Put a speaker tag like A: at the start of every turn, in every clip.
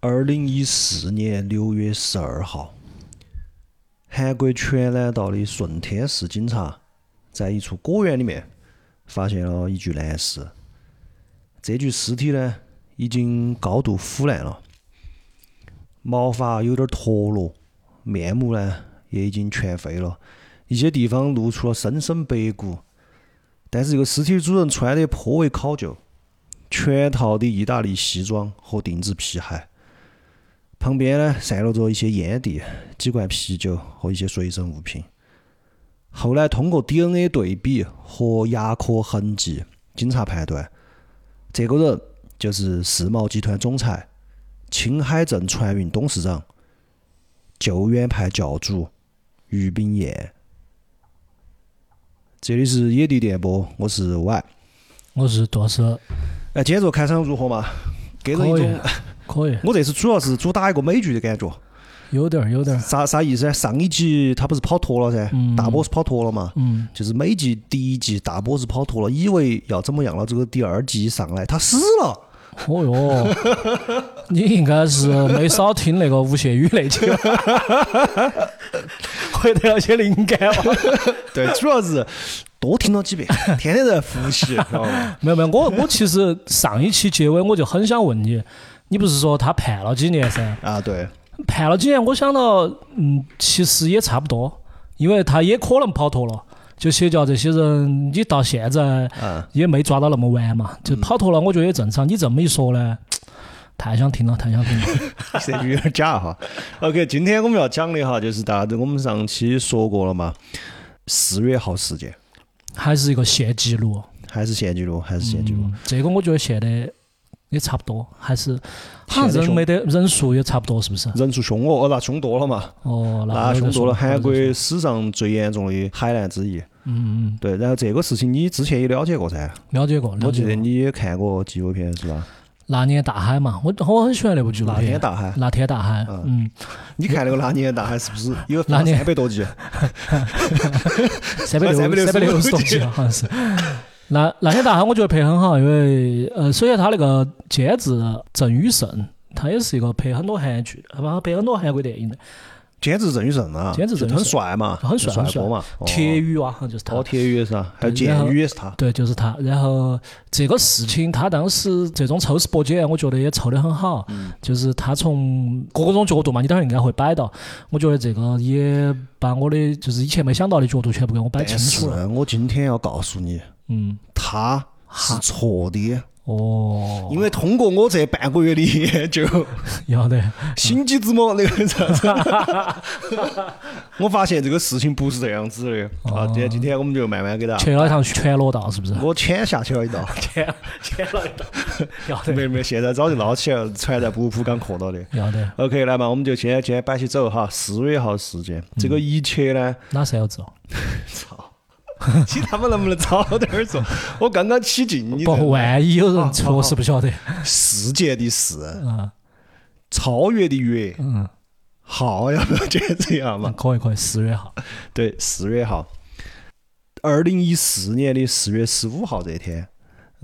A: 二零一四年六月十二号，韩国全南道的顺天市警察在一处果园里面发现了一具男尸。这具尸体呢，已经高度腐烂了，毛发有点脱落，面目呢也已经全废了，一些地方露出了深深白骨。但是这个尸体主人穿得颇为考究，全套的意大利西装和定制皮鞋。旁边呢散落着一些烟蒂、几罐啤酒和一些随身物品。后来通过 DNA 对比和牙科痕迹，警察判断这个人就是世贸集团总裁、青海镇船运董事长、救援派教主于炳彦。这里是野地电波，我是 Y。
B: 我是多蛇，
A: 哎，今天这个开场如何嘛？哎给人一
B: 可以
A: 种，
B: 可以，
A: 我这次主要是主打一个美剧的感觉。
B: 有点儿，有点儿，
A: 啥啥意思呢？上一集他不是跑脱了噻，
B: 嗯
A: 大 boss 跑脱了嘛。
B: 嗯，
A: 就是每集第一集大 boss 跑脱了，以为要怎么样了，这个第二集一上来他死了，
B: 哦 哟，你应该是没少听那个吴谢宇那期 吧，获得了些灵感啊吧？
A: 对，主要是多听了几遍，天天在复习，知道吗？
B: 没有没有，我我其实上一期结尾我就很想问你，你不是说他判了几年噻？
A: 啊，对，
B: 判了几年，我想到，嗯，其实也差不多，因为他也可能跑脱了。就邪教这些人，你到现在
A: 嗯，
B: 也没抓到那么完嘛，就跑脱了，我觉得也正常。你这么一说呢，太想听了，太想听了。
A: 这句有点假哈。OK，今天我们要讲的哈，就是大家都我们上期说过了嘛，四月号事件
B: 还是一个现记录，
A: 还是现记录，还是现记录。
B: 嗯这个我觉得现在也差不多，还是好
A: 现在
B: 像人
A: 凶
B: 没得人数也差不多，是不是？
A: 人数凶哦，哦，那凶多了嘛，
B: 哦，
A: 那
B: 有
A: 凶
B: 点
A: 多了，
B: 数
A: 韩国
B: 有点数
A: 史上最严重的海难之一。
B: 嗯嗯，
A: 对，然后这个事情你之前也了解过噻，
B: 了解过，
A: 我
B: 了
A: 记
B: 解
A: 得
B: 过。
A: 你也看过纪录片是吧？
B: 那年大海嘛，我我很喜欢那部纪录
A: 那
B: 片
A: 年。大 海，
B: 那天大海，嗯，
A: 你看那个那年大海是不是有
B: 那年
A: 三百 多集？
B: 三百六
A: 365
B: 三百六十多集啊好像是。那那天大海我觉得拍很好，因为呃，首先他那个监制郑宇盛，他也是一个拍很多韩剧的，他把他拍很多韩国电影的，
A: 监制郑宇盛啊，
B: 监制
A: 就
B: 郑宇盛
A: 很帅嘛，
B: 很帅
A: 帅
B: 很帅
A: 哥嘛，
B: 《
A: 哦
B: 铁雨》啊，就是他
A: 哦，。铁宇也是啊，还有
B: 对然
A: 剑
B: 后
A: 宇也是他，
B: 对，就是他。然后这个事情，他当时这种抽丝剥茧，我觉得也抽得很好。
A: 嗯
B: 就是他从各种角度嘛，你待会儿应该会摆到。我觉得这个也把我的就是以前没想到的角度全部给我摆
A: 但
B: 清
A: 是
B: 楚了。
A: 我今天要告诉你，
B: 嗯，
A: 他是错的，
B: 哦，
A: 因为通过我这半个月的研 究，
B: 要得，
A: 啊心机之魔那个啥 子，我发现这个事情不是这样子
B: 哦
A: 的啊。今天今天我们就慢慢给大家，
B: 去了一趟全罗道，是不是？
A: 我浅下去了一道，
B: 全全罗道，要得，
A: 没没，现在早就捞起来了，船在芜湖港刻到的。
B: 要得，
A: OK，来嘛，我们就今天今天摆起走哈，四月号事件，这个一切呢，
B: 哪三个字？哦？
A: 操、你他们能不能早点儿说？我刚刚起劲，你
B: 不，万一有
A: 啊
B: 人确实不晓得，
A: 世界的世，
B: 嗯
A: 超越的越，
B: 嗯，
A: 号要不要觉得这样嘛？
B: 可以可以，四月号，
A: 对，四月号，二零一四年的四月十五号这天，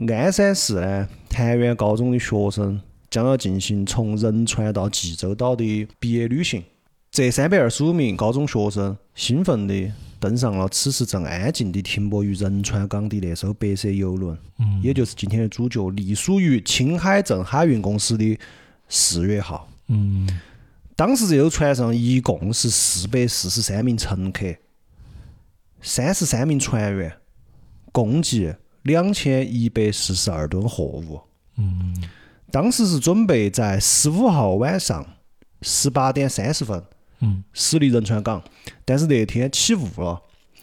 A: 鞍山市呢谭源高中的学生将要进行从仁川到济州岛的毕业旅行。这三百二十五名高中学生兴奋地登上了此时正安静地停泊于仁川港的那艘白色游轮，
B: 嗯，
A: 也就是今天的主角，隶属于青海镇海运公司的四月号。
B: 嗯
A: 当时这艘船上一共是四百四十三名乘客，三十三名船员，共计两千一百四十二吨货物。
B: 嗯
A: 当时是准备在十五号晚上十八点三十分
B: 嗯
A: 驶离仁川港，但是那天起雾了，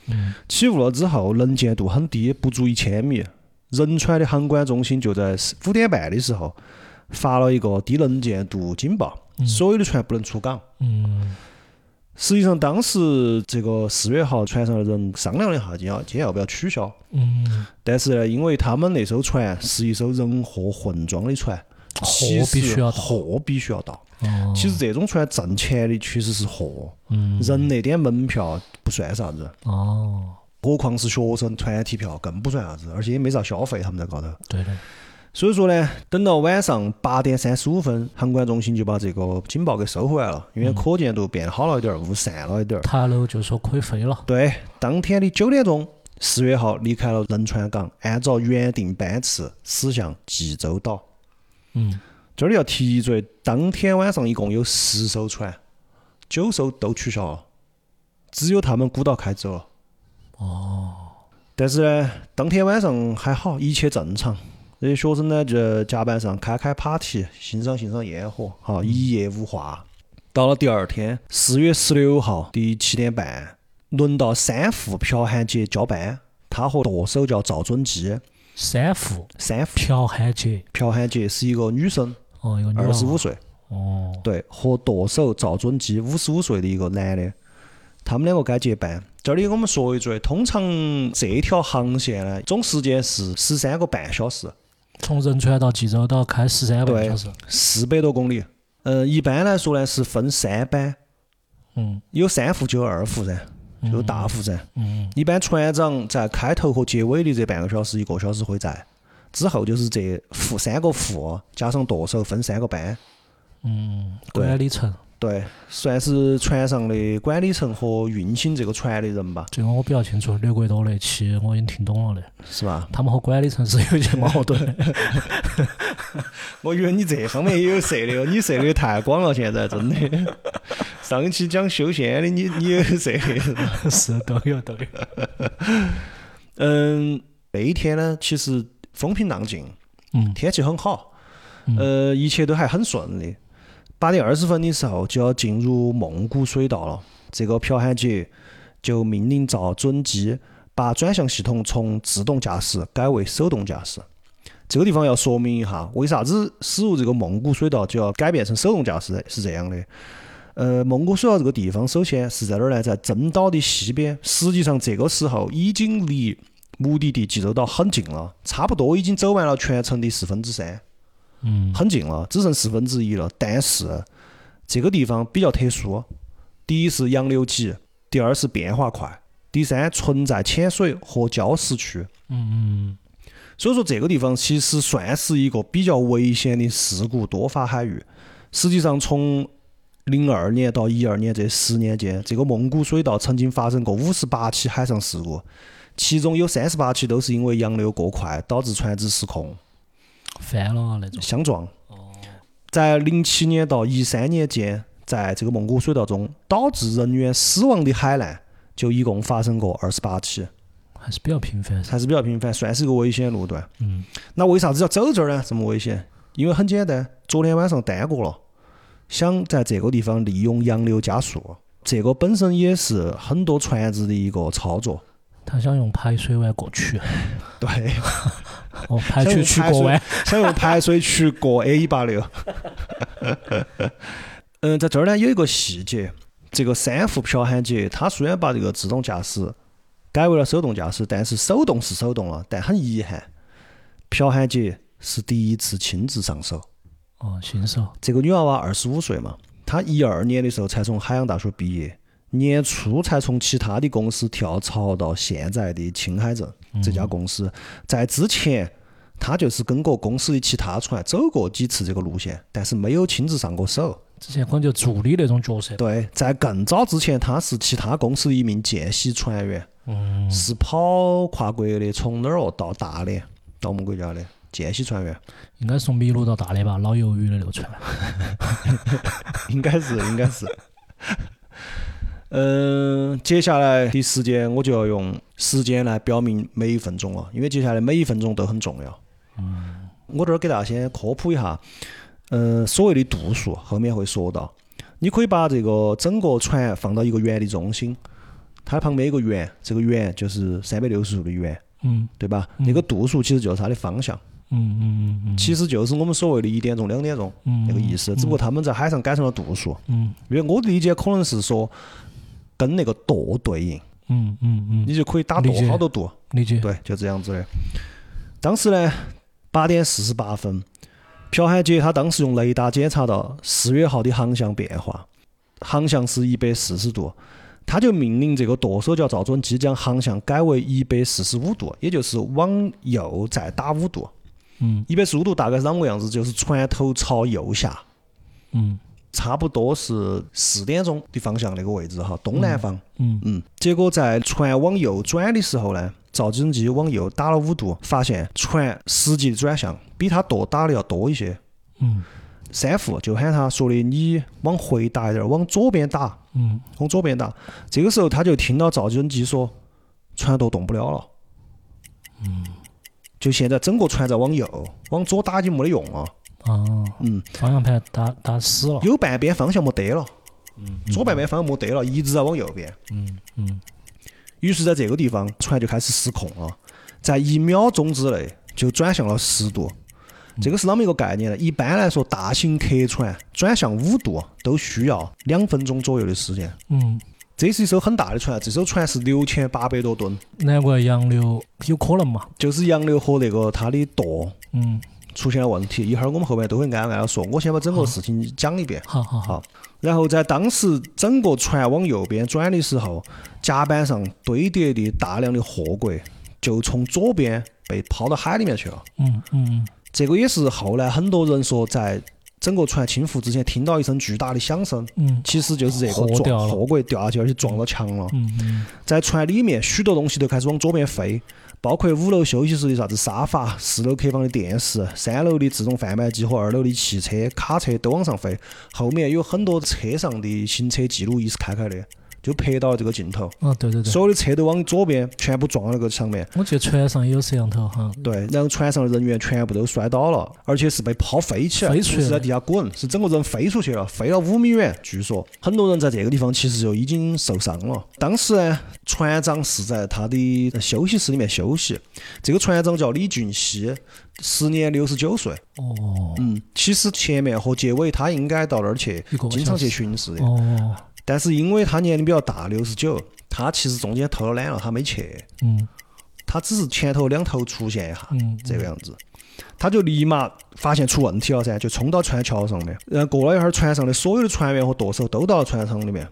B: 嗯，
A: 起雾了之后能见度很低，不足一千米。仁川的航管中心就在五点半的时候发了一个低能见度警报，
B: 嗯
A: 所有的船不能出港。
B: 嗯
A: 实际上，当时这个四月号船上的人商量了一下，今要今天要不要取消？
B: 嗯。
A: 但是呢，因为他们那艘船是一艘人货混装的船，其
B: 货
A: 实
B: 哦必须要
A: 货必须要到。
B: 哦，
A: 其实这种船挣钱的其实是货，
B: 嗯
A: 人那点门票不算啥子，
B: 哦，
A: 何况是学生团体票更不算啥子，而且也没啥消费，他们在高头。
B: 对的，
A: 所以说呢，等到晚上八点三十五分，航管中心就把这个警报给收回来了，因
B: 嗯
A: 为可见度变好了一点儿，雾散了一点儿。
B: 塔楼就说可以飞了。
A: 对，当天的九点钟，四月号离开了仁川港，按照原定班次驶向济州岛。
B: 嗯，
A: 这里要提一嘴，当天晚上一共有十艘船，九艘都取消了，只有他们孤岛开走了。哦。但是呢，当天晚上还好，一切正常。这些学生呢，就甲板上开开 party，欣赏欣赏烟火，哈，一夜无话。到了第二天，四月十六号的七点半，轮到三副朴汉杰交班，他和舵手叫赵准基。
B: 三副
A: 三副
B: 朴汉杰，
A: 朴汉杰是一个女生，
B: 哦，一个女娃
A: 二
B: 娃
A: 十五岁。
B: 哦，
A: 对，和舵手赵准基五十五岁的一个男的，他们两个该结伴。这里我们说一嘴，通常这条航线呢，总时间是十三个半小时，
B: 从仁川到济州岛开十三个半小时。
A: 四百多公里。呃，一般来说呢是分三班，
B: 嗯
A: 有三副就有二副噻，就有大副噻。
B: 嗯，
A: 一般船长在开头和结尾的这半个小时、一个小时会在，之后就是这副三个副加上舵手分三个班，对
B: 管理层，
A: 对，算是船上的管理层和运行这个船的人吧，
B: 这个我比较清楚，刘国多那期我已经听懂了的。
A: 是吧？
B: 他们和管理层是有一些矛盾的。
A: 我以为你这方面也有涉猎，你涉猎太广了，现在真 的。上一期讲修仙的，你你也有涉猎。
B: 是都有都有。
A: 嗯，那一天呢，其实风平浪静，
B: 嗯
A: 天气很好，
B: 嗯
A: 呃，一切都还很顺利。八点二十分的时候就要进入蒙古水道了，这个朴汉杰就命令赵准基把转向系统从自动驾驶改为手动驾驶。这个地方要说明一下，为啥子驶入这个蒙古水道就要改变成手动驾驶？是这样的，呃，蒙古水道这个地方，首先是在哪儿呢？在真岛的西边，实际上这个时候已经离目的地济州岛很近了，差不多已经走完了全程的四分之三，
B: 嗯
A: 很近了，只剩四分之一了。但是这个地方比较特殊，第一是洋流急，第二是变化快，第三存在浅水和礁石区。
B: 嗯
A: 所以说这个地方其实算是一个比较危险的事故多发海域。实际上，从零二年到一二年这十年间，这个蒙古水道曾经发生过五十八起海上事故，其中有三十八起都是因为洋流过快导致船只失控
B: 翻了啊那种。
A: 相撞。在零七年到一三年间，在这个蒙古水道中导致人员死亡的海难，就一共发生过二十八起。
B: 还是比较频繁。
A: 还是比较频繁，算是一个危险路段。
B: 嗯，
A: 那为啥子要走这儿呢？这么危险？因为很简单，昨天晚上耽搁了，想在这个地方利用洋流加速，这个本身也是很多船只的一个操作。
B: 他想用排水湾过 去，
A: 对，
B: 哦，排水区过湾。
A: 想用排水渠过 A 一八 六。嗯，在这儿呢有一个细节，这个三副朴汉杰，他虽然把这个自动驾驶改为了手动驾驶，但是手动是手动了，但很遗憾，朴汉杰是第一次亲自上手。
B: 哦，新手。
A: 这个女娃娃二十五岁嘛，她一二年的时候才从海洋大学毕业，年初才从其他的公司跳槽到现在的青海镇这家公司。在之前，她就是跟过公司的其他船走过几次这个路线，但是没有亲自上过手。
B: 之前可能就助理那种角色。
A: 对，在更早之前，她是其他公司的一名见习船员，
B: 嗯
A: 是跑跨国的，从哪儿哦到大连，到我们国家的见习船员。
B: 应该是从麋鹿到大的吧，老鱿鱼的那个船。
A: 应该是，应该是。嗯，接下来的时间我就要用时间来表明每一分钟了，因为接下来每一分钟都很重要。嗯，我这儿给大家先科普一下，呃，所谓的度数后面会说到。你可以把这个整个船放到一个圆的中心，它旁边有个圆，这个圆就是三百六十度的圆，
B: 嗯
A: 对吧？那个度数其实就是它的方向，
B: 嗯嗯嗯
A: 其实就是我们所谓的一点钟、两点钟
B: 嗯，
A: 那个意思，只不过他们在海上改成了度数。
B: 嗯
A: 因为我的理解可能是说跟那个舵对应，
B: 嗯嗯嗯，
A: 你就可以打舵
B: 理解
A: 好多舵，
B: 理解。
A: 对，就这样子的。当时呢，八点四十八分，朴海杰他当时用雷达检查到四月号的航向变化，航向是一百四十度，他就命令这个舵手叫赵准基将航向改为一百四十五度，也就是往右再打五度。
B: 嗯
A: 一百四十五度大概是啷么个样子？就是船头朝右下，
B: 嗯
A: 差不多是四点钟的方向那个位置哈，东南方。
B: 嗯
A: 嗯，结果在船往右转的时候呢，照计机往右打了五度，发现船实际的转向比它舵打的要多一些。
B: 嗯
A: 三副就喊他说的你往回打一点儿，往左边打，
B: 嗯
A: 往左边打。这个时候他就听到赵继机说船舵动不了了。嗯，就现在整个船在往右，往左打已经没得用了。
B: 哦，
A: 嗯，
B: 方向盘打打死了。
A: 有半边方向没得了，左半边方向没得了，一直在往右边。
B: 嗯嗯
A: 于是，在这个地方，船就开始失控了，在一秒钟之内就转向了十度。这个是啷么一个概念呢？一般来说，大型客船转向五度都需要两分钟左右的时间。
B: 嗯，
A: 这是一艘很大的船，这艘船是六千八百多吨，
B: 难怪洋流有可能嘛。
A: 就是洋流和那个它的舵
B: 嗯，
A: 出现了问题。一会儿我们后面都会按按了说，我先把整个事情讲一遍。
B: 好好好，
A: 好，然后在当时整个船往右边转的时候，甲板上堆叠的大量的货柜就从左边被抛到海里面去了。
B: 嗯嗯
A: 这个也是后来很多人说，在整个船倾覆之前听到一声巨大的响声，
B: 嗯
A: 其实就是这
B: 货
A: 个
B: 掉
A: 撞
B: 了
A: 货柜掉下去，而且撞到墙了。
B: 嗯嗯
A: 在船里面，许多东西都开始往左边飞，包括五楼休息室的啥子沙发、四楼客房的电视、三楼的自动贩卖机和二楼的汽车、卡车都往上飞。后面有很多车上的行车记录仪是开开的，就拍到了这个镜头。
B: 嗯，哦对对对，
A: 所有的车都往左边，全部撞到那个墙面。
B: 我记得船上也有摄像头哈。
A: 对，然后船上的人员全部都摔倒了，而且是被抛飞起来，
B: 飞
A: 不
B: 出去
A: 是在
B: 了
A: 地下滚，是整个人飞出去了，飞了五米远。据说很多人在这个地方其实就已经受伤了。当时呢，船长是在他的休息室里面休息，这个船长叫李俊熙，时年六十九岁。
B: 哦
A: 嗯，其实前面和结尾他应该到那儿去
B: 一个，
A: 经常
B: 小时
A: 去巡视的，
B: 哦，
A: 但是因为他年龄比较大，六十九，他其实中间偷了懒了，他没去，
B: 嗯
A: 他只是前头两头出现一下。
B: 嗯，
A: 这个样子。他就立马发现出问题了噻，就冲到船桥上面。然后过了一会儿，船上的所有的船员和舵手都到了船舱里面。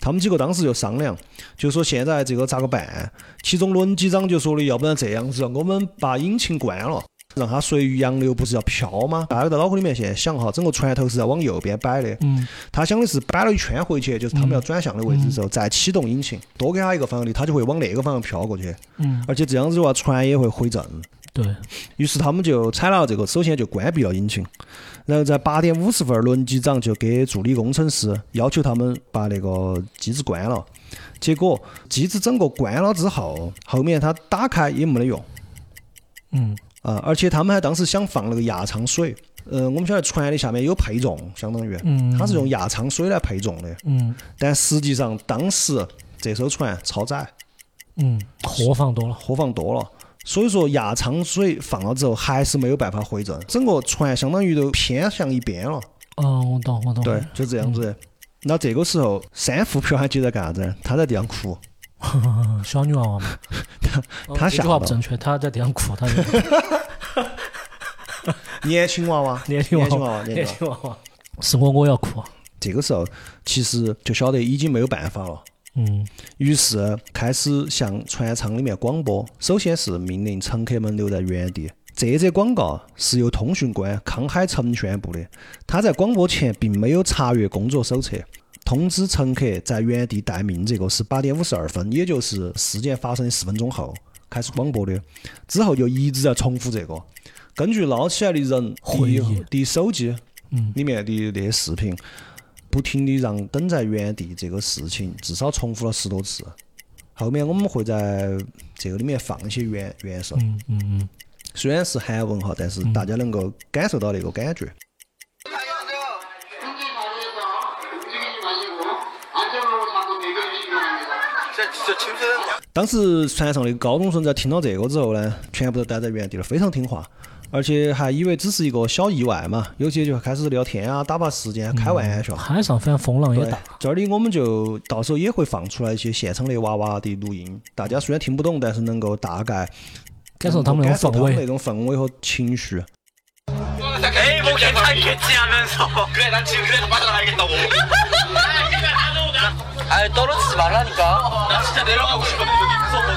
A: 他们几个当时就商量，就说现在这个咋个办？其中轮机长就说的，要不然这样子，我们把引擎关了，让它随于洋流，不是要飘吗？大家在脑壳里面现在想哈，整个船头是在往右边摆的，
B: 嗯
A: 他想的是摆了一圈回去，就是他们要转向的位置的时候，再启动引擎，多给他一个方向力，他就会往那个方向飘过去，
B: 嗯，
A: 而且这样子的话，船也会回正。
B: 对，
A: 于是他们就采纳了这个，首先就关闭了引擎，然后在八点五十分，轮机长就给助理工程师要求他们把那个机子关了。结果机子整个关了之后，后面它打开也没得用
B: 嗯
A: 啊、而且他们还当时想放那个压舱水，呃，我们晓得船的下面有配重，相当于
B: 嗯，
A: 它是用压舱水来配重的，
B: 嗯
A: 但实际上当时这艘船超载，
B: 嗯货放多了，
A: 货放多了。所以说压舱水放了之后，还是没有办法回正，整个船相当于都偏向一边了。
B: 嗯，我懂我懂，
A: 对，就这样子。那这个时候，三副票还记得干啥子？他在地上哭，
B: 嗯，小女娃 娃嘛，哦
A: 她
B: 这
A: 吓
B: 句话
A: 到
B: 不正确，她在地上哭，她，
A: 年轻娃娃
B: 年 轻
A: 年
B: 娃
A: 轻
B: 娃，
A: 娃娃，年轻娃
B: 年
A: 娃。
B: 轻娃娃，是我我要啊哭，
A: 这个时候，其实就晓得已经没有办法了，
B: 嗯
A: 于是开始向船舱里面广播。首先是命令乘客们留在原地。这则广告是由通讯官康海成宣布的，他在广播前并没有查阅工作手册。通知乘客在原地待命，这个是八点五十二分，也就是事件发生的四分钟后开始广播的。之后就一直在重复这个。根据捞起来的人
B: 回忆
A: 的的手机
B: 嗯
A: 里面的那些视频，不停的让等在原地这个事情至少重复了十多次。后面我们会在这个里面放一些原原声，
B: 嗯嗯嗯，
A: 虽然是韩文哈，但是大家能够感受到那个感觉。
C: 살려줘!
D: 현재 자리에서 움직이지 마시고 안전으로 자꾸 대기해 주시기 바랍니
C: 네, 진
D: 다.
C: 짜, 진짜 침새는
A: 当时船上的高中生在听到这个之后呢，全部都待在原地了，非常听话，而且还以为只是一个小意外嘛，有些就开始聊天啊，打发时间啊，开玩笑。
B: 海上反正风浪也
A: 对
B: 大，，
A: 这里我们就到时候也会放出来一些现场的娃娃的录音，大家虽然听不懂，但是能够大概
B: 感受他们那
A: 感受
B: 种氛
A: 他们那
B: 围，
A: 种氛围和情绪。
E: 에이 뭐 괜찮겠지 하면서 그래 난 지금 그래서 빠져나가겠다고 아니 떨어지지 말라니까 나 진짜 내려가고 싶어 여기 무서워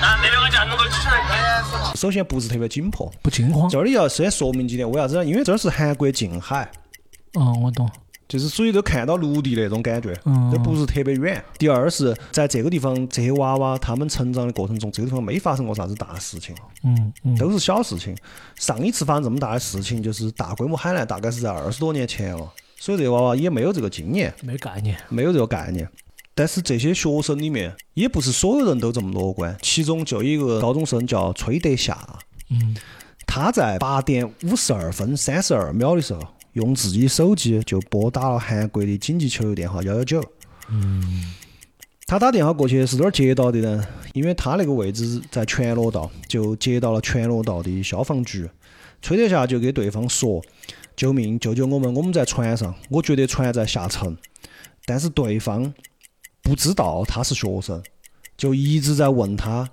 E: 난 내려가지 않는 걸 추천할게.
A: 首先不是特别紧迫。
B: 不惊慌。
A: 这里要先说明几点，为啥子呢？因为这儿是韩国近海，
B: 嗯，我懂。
A: 就是属于都看到陆地那种感觉，
B: 嗯
A: 这不是特别远。第二是在这个地方，这些娃娃他们成长的过程中，这个地方没发生过啥子大事情，
B: 嗯嗯
A: 都是小事情。上一次发生这么大的事情，就是大规模海难，大概是在二十多年前了，所以这些娃娃也没有这个经验。
B: 没概念。
A: 没有这个概念。但是这些学生里面，也不是所有人都这么乐观，其中就有一个高中生叫崔德夏，
B: 嗯，
A: 他在八点五十二分三十二秒的时候，用自己手机就拨打了韩国的紧急求救电话幺幺九。嗯，他打电话过去是哪儿接到的呢？因为他那个位置在全罗道，就接到了全罗道的消防局。崔德夏就给对方说：“救命，救救我们！我们在船上，我觉得船在下沉。”但是对方不知道他是学生，就一直在问他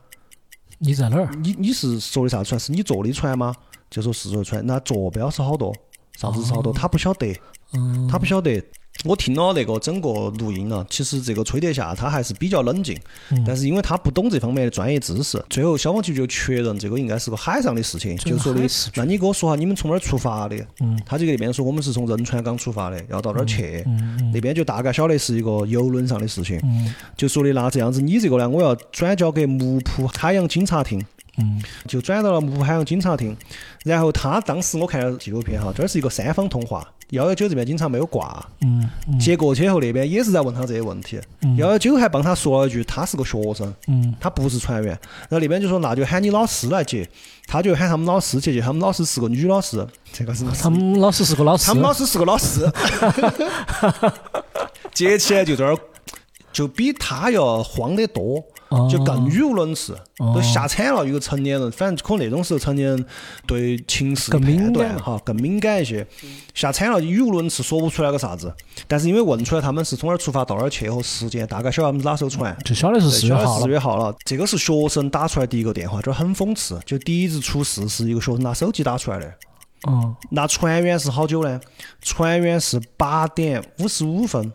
B: 你在哪儿？
A: 你你是坐的啥船？是你坐的船吗？就说是坐的船，那坐标是好多，啥子是好多？他不晓得，
B: 嗯，
A: 他不晓得。我听了那个整个录音了，其实这个崔德夏他还是比较冷静，但是因为他不懂这方面的专业知识，最后消防局就确认这个应该是个海上的事情，嗯
B: 这
A: 就
B: 个
A: 说的
B: 海事，
A: 那你给我说下你们从哪儿出发的？他就给那边说我们是从仁川港出发的，要到那儿去，那边就大概晓得是一个游轮上的事情，就说的那这样子，你这个呢，我要转交给木浦海洋警察厅。
B: 嗯
A: 就转到了木浦海洋警察厅。然后他当时我看了纪录片哈，这儿是一个三方通话，幺幺九这边警察没有挂，
B: 嗯嗯
A: 接过去以后那边也是在问他这些问题，幺幺九还帮他说了一句他是个学生，
B: 嗯
A: 他不是船员。然后那边就说那就喊你老师来接，他就喊他们老师去接，他们老师是个女老师，这个是不是
B: 啊他们老师是个老师
A: 他，们老师是个老 师，接起来就这儿，就比他要慌得多
B: 哦，
A: 就更语无伦次，
B: 哦
A: 都吓惨了。一个成年人，反正可能那种时候成年人对情势
B: 更敏
A: 判断
B: 感
A: 哈更敏感一些，吓惨了，语无伦次，说不出来个啥子。但是因为问出来他们是从哪儿出发到哪儿去和时间，大概晓得他们是哪艘船。
B: 就晓得是四月号
A: 四
B: 了。
A: 月号了，这个是学生打出来第一个电话，这很讽刺。就第一次出事是一个学生拿手机打出来的，
B: 嗯，
A: 那船员是好久呢？船员是八点五十五分，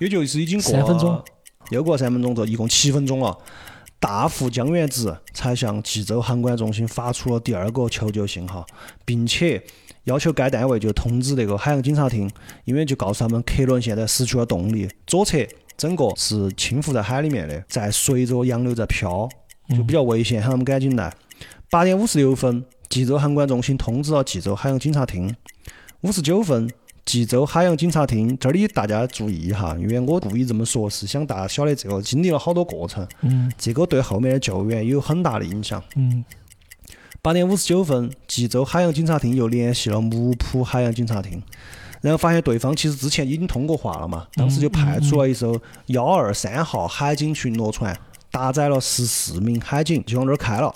A: 也就是已经过了
B: 三分钟，
A: 又过了三分钟，这一共七分钟了。大副江原子才向济州航管中心发出了第二个求救信号，并且要求该单位就通知那个海洋警察厅，因为就告诉他们客轮现在失去了动力，左侧整个是倾覆在海里面的，在随着洋流在飘，就比较危险，喊他们赶紧来。八点五十六分，济州航管中心通知了济州海洋警察厅。五十九分，济州海洋警察厅这里大家注意一下，因为我故意这么说，是想大家晓得这个经历了好多过程，
B: 嗯
A: 这个对后面的救援有很大的影响。
B: 嗯
A: 八点五十九分，济州海洋警察厅又联系了木浦海洋警察厅，然后发现对方其实之前已经通过话了嘛，当时就派出了一艘幺二三号海警巡逻船，搭载了十四名海警就往那儿开了。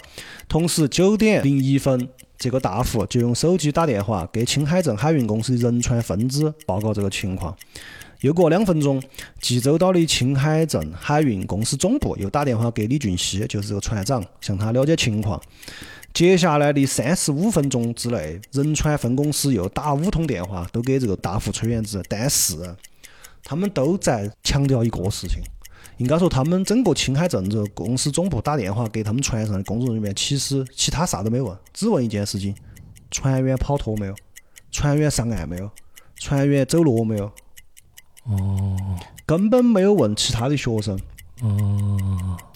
A: 同时，九点零一分，这个大副就用手机打电话给青海镇海运公司的仁川分支报告这个情况。又过两分钟，济州岛的青海镇海运公司总部又打电话给李俊熙，就是这个船长，向他了解情况。接下来的三十五分钟之内，仁川分公司又打五通电话，都给这个大副崔元子，但是他们都在强调一个事情。应该说，他们整个青海镇这个公司总部打电话给他们船上的工作人员，其实其他啥都没问，只问一件事情：船员跑脱没有？船员上岸没有？船员走落没有？哦，根本没有问其他的学生。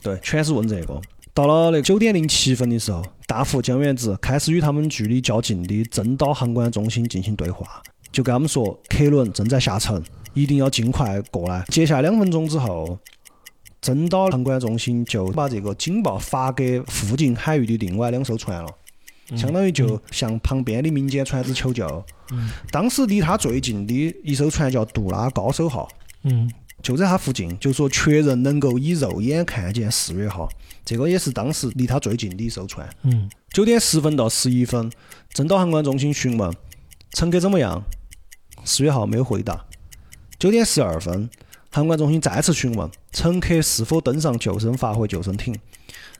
A: 对，全是问这个。到了那九点零七分的时候，大副江原子开始与他们距离较近的正岛航管中心进行对话，就跟他们说客轮正在下沉，一定要尽快过来。接下来两分钟之后，正岛航管中心就把这个警报发给附近海域的另外两艘船了。相当于就向旁边的民间船只求救。当时离他最近的一艘船叫杜拉高手号，
B: 嗯
A: 就在他附近，就说确认能够以肉眼看见四月号，这个也是当时离他最近的一艘船。
B: 嗯
A: 九点十分到十一分，正岛航管中心询问乘客怎么样，四月号没有回答。九点十二分，航管中心再次询问乘客是否登上救生筏或救生艇，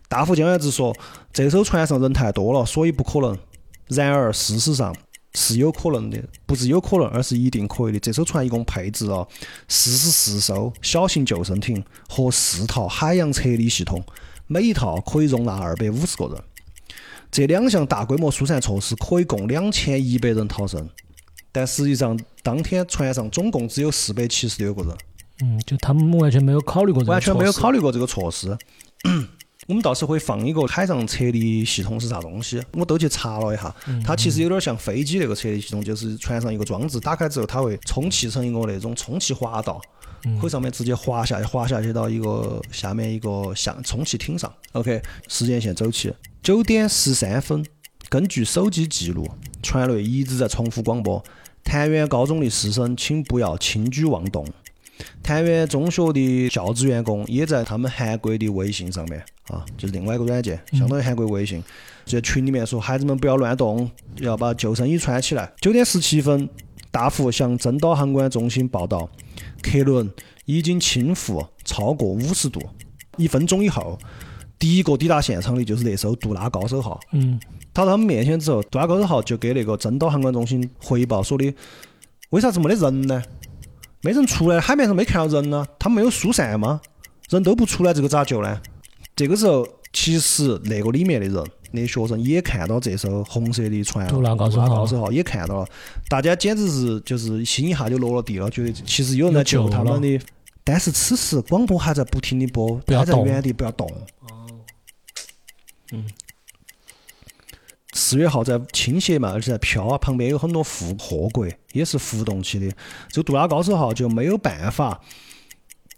A: 大副江原子说这艘船上人太多了，所以不可能。然而事实上是有可能的，不是有可能，而是一定可以的。这艘船一共配置了四十四艘小型救生艇和四套海洋撤离系统，每一套可以容纳二百五十个人。这两项大规模疏散措施可以供两千一百人逃生，但实际上当天船上总共只有四百七十六个人。
B: 嗯，就他们完全没有考虑过这个
A: 完全
B: 措
A: 没有
B: 施
A: 考虑过这个措施。 我们到时候会放一个海上撤离系统是啥东西，我都去查了一下，
B: 嗯
A: 它其实有点像飞机那个撤离系统，就是船上一个装置，打开之后它会充气成一个那种充气滑道，
B: 嗯
A: 可以上面直接滑下去，滑下去到一个下面一个像充气艇上。OK，时间线走起，九点十三分，根据手机记录，船内一直在重复广播：谭园高中的师生，请不要轻举妄动。谭园中学的教职员工也在他们韩国的微信上面啊，就是另外一个软件，相当于韩国微信，在群里面说孩子们不要乱动，要把救生衣穿起来。九点十七分，大福向真岛航管中心报道，客轮已经倾覆超过五十度。一分钟以后，第一个抵达现场的就是那艘杜拉高手号。
B: 嗯，
A: 他到他们面前之后，杜拉高手号就给那个真岛航管中心汇报说的，为啥子没得人呢？没人出来，海面上没看到人呢、他们没有疏散吗？人都不出来，这个咋救呢？这个时候，其实那个里面的人，那学生也看到这艘红色的船了，
B: 杜拉高手号
A: 杜高手号也看到了，大家简直是就是心一下就落了地了，觉得其实有人在救他们的。但是此时广播还在不停的播，
B: 不要
A: 还在
B: 动哦嗯
A: 原地不要动。嗯。四月号在倾斜嘛，而且在飘啊，旁边有很多副货柜，也是浮动起的。这个杜拉高手号就没有办法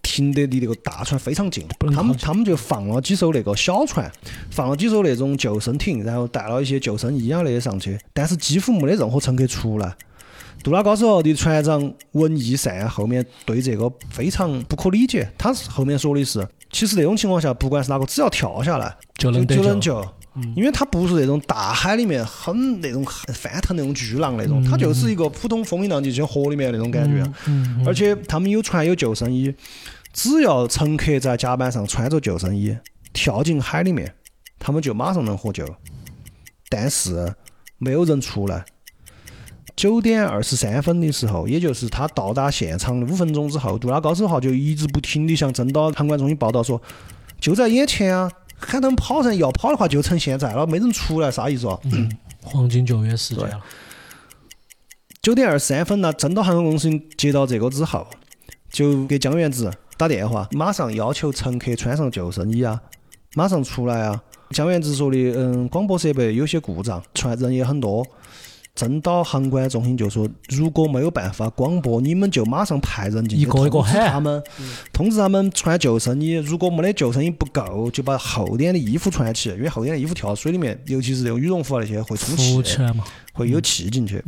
A: 停得离那个大船非常近
B: 不，能
A: 他们
B: 靠近
A: 他们就放了几艘那个小船，放了几艘那种救生艇，然后带了一些救生衣啊那些上去，但是几乎没得任何乘客出来。杜拉高手号的船长文义善后面对这个非常不可理解，他后面说的是，其实那种情况下，不管是哪个，只要跳下来
B: 就能
A: 能
B: 得
A: 就能
B: 救
A: 救。因为它不是那种大海里面很那种翻腾那种巨浪那种，它就是一个普通风平浪静，就像河里面那种感觉。
B: 嗯
A: 而且他们有船有救生衣，只要乘客在甲板上穿着救生衣跳进海里面，他们就马上能获救。但是没有人出来。九点二十三分的时候，也就是他到达现场的五分钟之后，杜拉高手号就一直不停地向真岛航管中心报道说，就在眼前啊，喊他们跑人，要跑的话就趁现在了，没人出来，啥意思哦？
B: 嗯黄金九月时间了，
A: 九点二十三分呢，真岛航空公司接到这个之后，就给江原子打电话，马上要求乘客穿上救生衣啊，马上出来啊。江原子说的，嗯，广播设备有些故障，船人也很多。真岛航管中心就说，如果没有办法广播，你们就马上派人进去
B: 一个一个
A: 通知
B: 喊
A: 他们，嗯通知他们穿救生衣。如果没得救生衣不够，就把厚点的衣服穿起，因为厚点的衣服跳水里面，尤其是那种羽绒服啊那些会充
B: 扶
A: 气。
B: 起来嘛，
A: 会有气进去。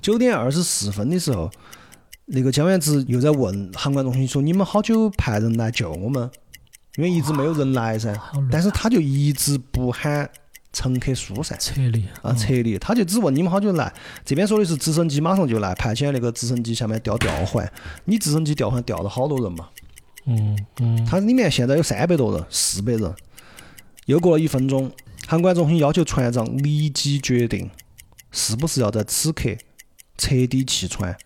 A: 九点二十四分的时候，那个江原子又在问航管中心说：“你们好久派人来救我们？因为一直没有人来噻
B: 好乱。”
A: 但是他就一直不喊乘客疏散
B: 撤离
A: 啊撤离，他就只问你们好久来。这边说的是直升机马上就来，派遣那个直升机下面吊吊环，你直升机吊环吊了好多人嘛？
B: 嗯嗯，
A: 它里面现在有三百多人，四百人。又过了一分钟，航管中心要求船长立即决定是不是要在此刻彻底弃船，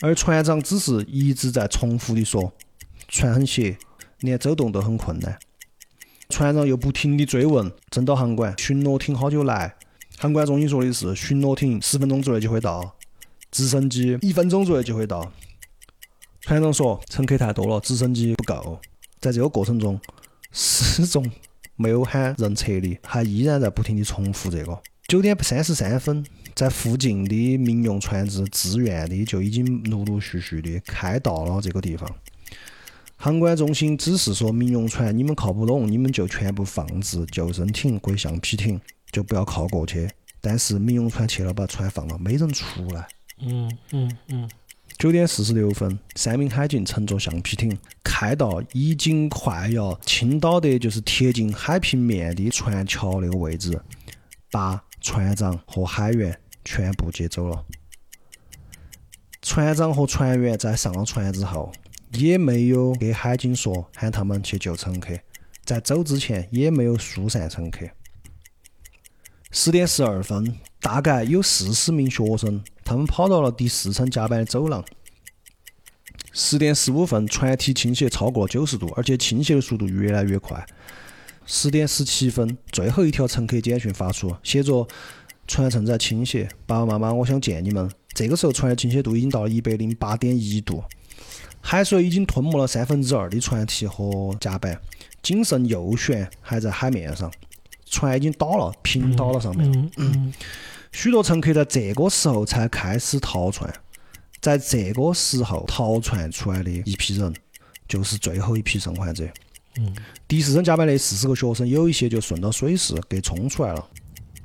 A: 而船长只是一直在重复地说：“船很斜，连走动都很困难。”船长又不停地追问真岛航管巡逻艇好久来，航管中心说的是巡逻艇十分钟之内就会到，直升机一分钟之内就会到。船长说，乘客太多了，直升机不够。在这个过程中，始终没有喊人撤离，还依然在不停地重复这个。九点三十三分，在附近的民用船只自愿的就已经陆陆续续的开到了这个地方。航管中心指示说，民用船你们靠不拢，你们就全部放置救生艇归橡皮艇，就不要靠过去。但是民用船去了，把船放了，没人出来。
B: 嗯嗯嗯，
A: 九点四十六分，三名海警乘坐橡皮艇开到已经快要倾倒的，就是贴近海平面的船桥那个位置，把船长和海员全部接走了。船长和船员在上了船之后，也没有给海警说喊他们去救乘客，在走之前也没有疏散乘客。十点十二分，大概有四十名学生，他们跑到了第四层甲板的走廊。十点十五分，船体倾斜超过九十度，而且倾斜的速度越来越快。十点十七分，最后一条乘客简讯发出，写着：“船正在倾斜，爸爸妈妈，我想见你们。”这个时候，船的倾斜度已经到了一百零八点一度，海水已经吞没了三分之二的船体和甲板，仅剩右舷还在海面上，船已经倒了，平倒了上面。
B: 嗯嗯，
A: 许多乘客在这个时候才开始逃窜，在这个时候逃窜出来的一批人，就是最后一批生还者。
B: 嗯，
A: 第四层甲板的四十个学生，有一些就顺着水势给冲出来了，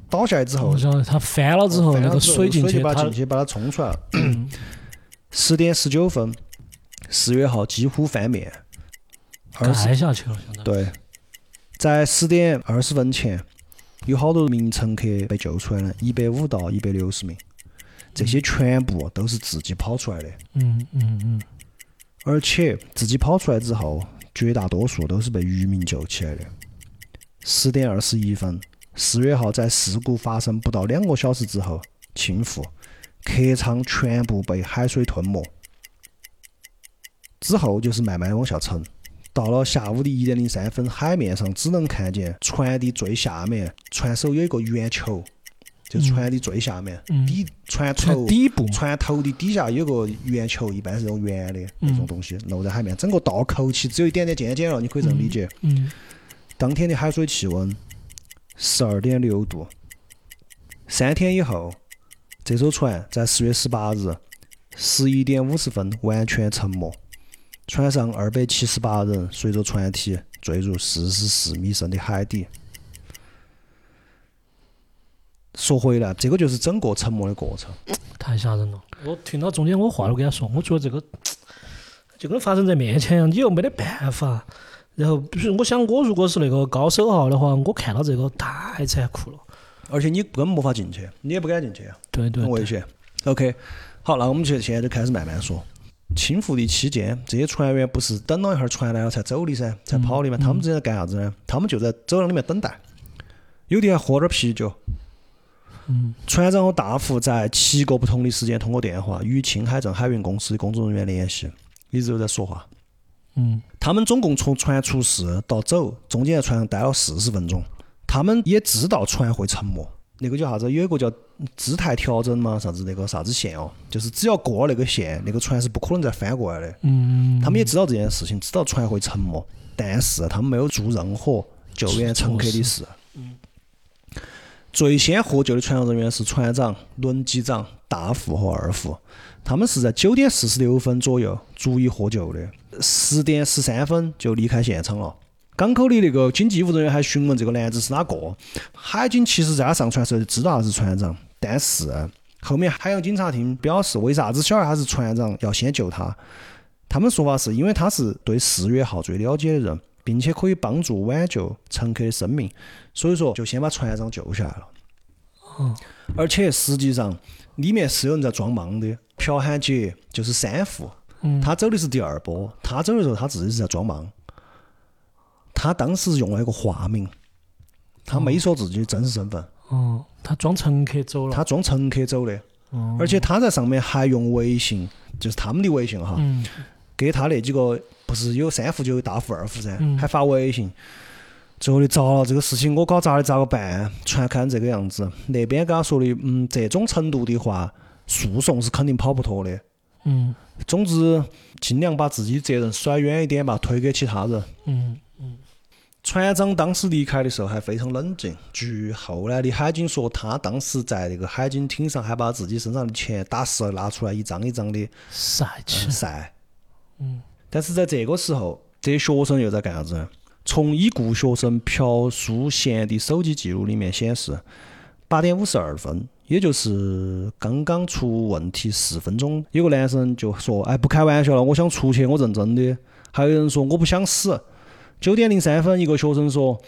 A: 倒下来之后
B: 我，想他翻了之后，
A: 翻
B: 那
A: 哦了
B: 个
A: 之后
B: 水进
A: 就
B: 去，嗯
A: 把
B: 他
A: 进去把它冲出来了。十点十九分，四月号几乎翻面，二十
B: 盖下去了，相当于。
A: 对，在十点二十分前，有好多名乘客被救出来了，一百五到一百六十名，这些全部都是自己跑出来的，
B: 嗯嗯嗯，
A: 而且自己跑出来之后，绝大多数都是被渔民救起来的。十点二十一分，四月号在事故发生不到两个小时之后倾覆，客舱全部被海水吞没。之后就是慢慢地往下沉，到了下午的一点零三分，海面上只能看见船的最下面，船首有一个圆球，就是船的最下面，
B: 嗯
A: 底船
B: 在
A: 头
B: 底部嘛，
A: 船头的底下有个圆球，一般是那种圆的那种东西，露在海面，整个倒扣起只有一点点尖尖了，你可以这样理解。
B: 嗯
A: 当天的海水气温十二点六度。三天以后，这艘船在四月十八日十一点五十分完全沉没，船上二百七十八人随着船体坠入四十四米深的海底。说回来，这个就是整个沉没的过程。
B: 太吓人了。我听到中间我话都跟他说，我觉得这个就跟发生在面前一样，你又没得办法。然后，比如我想，我如果是那个高手号的话，我看到这个太残酷了。
A: 而且你根本没法进去，你也不敢进去，啊
B: 对对
A: 很危
B: 对，
A: 险。OK，好，那我们就现在就开始慢慢说。倾覆的期间，这些船员不是等了一会儿船来了才走的噻，才跑的嘛？他们之前在干啥子呢？他们就在走廊里面等待，有的还喝点啤酒。
B: 嗯，
A: 船长和大副在七个不同的时间通过电话与青海镇海运公司的工作人员联系，一直都在说话。
B: 嗯
A: 他们总共从船出事到走，中间在船上待了四十分钟。他们也知道船会沉没，那个叫啥子？有一个叫姿态调整嘛，啥子那个啥子线哦，就是只要过了那个线，那个船是不可能再翻过来的。
B: 嗯，
A: 他们也知道这件事情，知道船会沉没，但是他们没有做任何救援乘客的事。最先获救的船上人员是船长、轮机长、大副和二副，他们是在九点四十六分左右逐一获救的，十点十三分就离开现场了。港口的那个经济服务人员还询问这个男子是哪个，海警其实在他上船时候就知道他是船长，但是后面海洋警察厅表示，为啥子小孩他是船长要先救他？他们说法是因为他是对四月号最了解的人，并且可以帮助挽救乘客的生命，所以说就先把船长救下来了。而且实际上里面是有人在装莽的，朴汉杰就是三副，
B: 嗯
A: 他走的是第二波，他走的时候他自己是在装莽，他当时用了一个化名，他没说自己的真实身份，
B: 哦，他装乘客走了。
A: 他装乘客走的，
B: 嗯哦
A: 而且他在上面还用微信，就是他们的微信哈，
B: 嗯
A: 给他那几个不是有三副就有大副二副噻
B: 嗯，
A: 还发微信。最后的遭了，这个事情我搞砸了，咋个办？船看这个样子，那边跟他说的，嗯，这种程度的话，诉讼是肯定跑不脱的。
B: 嗯
A: 总之，尽量把自己责任甩远一点吧，推给其他人。
B: 嗯
A: 船长当时离开的时候还非常冷静。据后来的海警说，他当时在那个海警厅上还把自己身上的钱打湿了，拿出来一张一张的
B: 晒起
A: 嗯，晒。嗯。但是在这个时候，这些学生又在干啥子呢？从已故学生朴淑贤的手机记录里面显示，八点五十二分，也就是刚刚出问题四分钟，有个男生就说：“哎，不开玩笑了，我想出去，我认真的。”还有人说：“我不想死。”九点零三分，一个学生说：“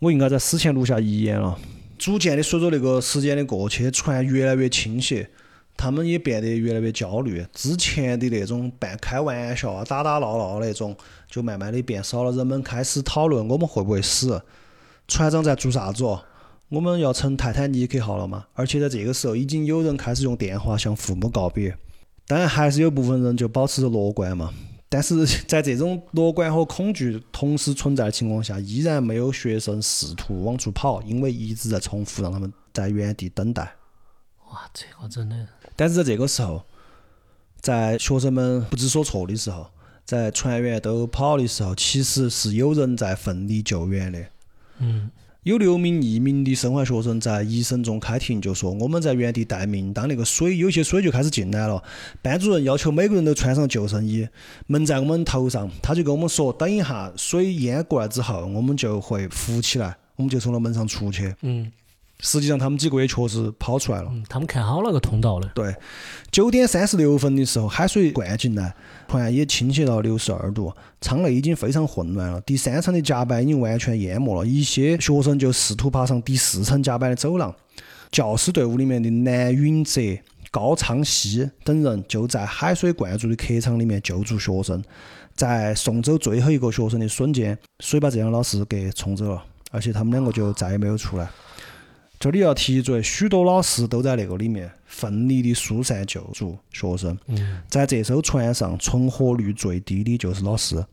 A: 我应该在死前录下遗言了。”逐渐的，随着那个时间的过去，船越来越倾斜，他们也变得越来越焦虑。之前的那种半开玩笑啊、打打闹闹那种，就慢慢的变少了。人们开始讨论我们会不会死，船长在做啥子哦？我们要乘泰坦尼克号了吗？而且在这个时候，已经有人开始用电话向父母告别。当然还是有部分人就保持着乐观嘛。但是在这种乐观和恐惧同时存在的情况下，依然没有学生试图往出跑，因为一直在重复让他们在原地等待。
B: 哇，这个真的
A: 但是在这个时候，在学生们不知所措的时候，在船员都跑的时候，其实是有人在奋力救援的。嗯，有六名匿名的生还学生在医生中开庭，就说我们在原地待命，当那个水有些水就开始进来了，班主任要求每个人都穿上救生衣，蒙在我们头上，他就跟我们说，等一下水淹过来之后，我们就会浮起来，我们就从那门上出去。
B: 嗯
A: 实际上，他们几个也确实跑出来了。
B: 嗯，他们看好那个通道了。
A: 对，九点三十六分的时候，海水灌进来，船也倾斜到六十二度，舱内已经非常混乱了。第三层的甲板已经完全淹没了，一些学生就试图爬上第四层甲板的走廊。教师队伍里面的南允哲、高昌熙等人就在海水灌注的客舱里面救助学生，在送走最后一个学生的瞬间，水把这两个老师给冲走了，而且他们两个就再也没有出来。这里要提一嘴，许多老师都在那个里面奋力的疏散救助学生。在这艘船上，存活率最低的就是老师，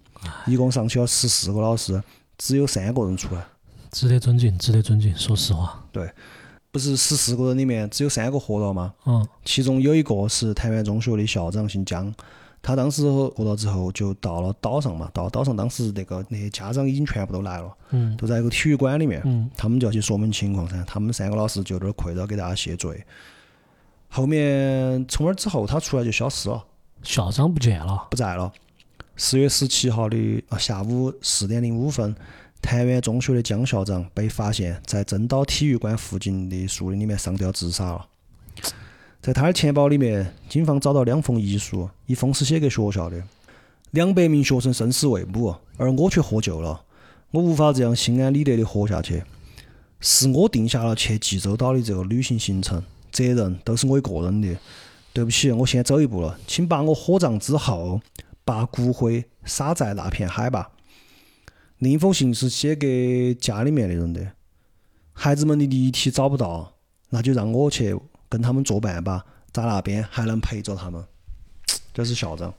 A: 一共上去了十四个老师，只有三个人出来。
B: 值得尊敬，值得尊敬。说实话，
A: 对，不是十四个人里面只有三个活到吗？
B: 嗯，
A: 其中有一个是台湾中学的校长，姓姜。他当时活到之后就到了岛上嘛，到了岛上当时那个那些家长已经全部都来了，
B: 嗯
A: 都在一个体育馆里面，
B: 嗯
A: 他们就要去说明情况噻。他们三个老师就有点愧着给大家谢罪。后面从那儿之后，他出来就消失了，
B: 校长不见了。
A: 不在了。十月十七号的啊下午四点零五分，台湾中学的姜校长被发现在真岛体育馆附近的树林里面上吊自杀了。在他的钱包里面，警方找到两封遗书，一封是写给学校的，两百名学生生死未卜，而我却获救了，我无法这样心安理得的活下去，是我定下了去济州岛的这个旅行行程，责任都是我一个人的。对不起，我先走一步了，请把我火葬之后，把骨灰撒在那片海吧。另一封信是写给家里面的人的，孩子们的遗体找不到，那就让我去跟他们作伴吧，在那边还能陪着他们。这是校长。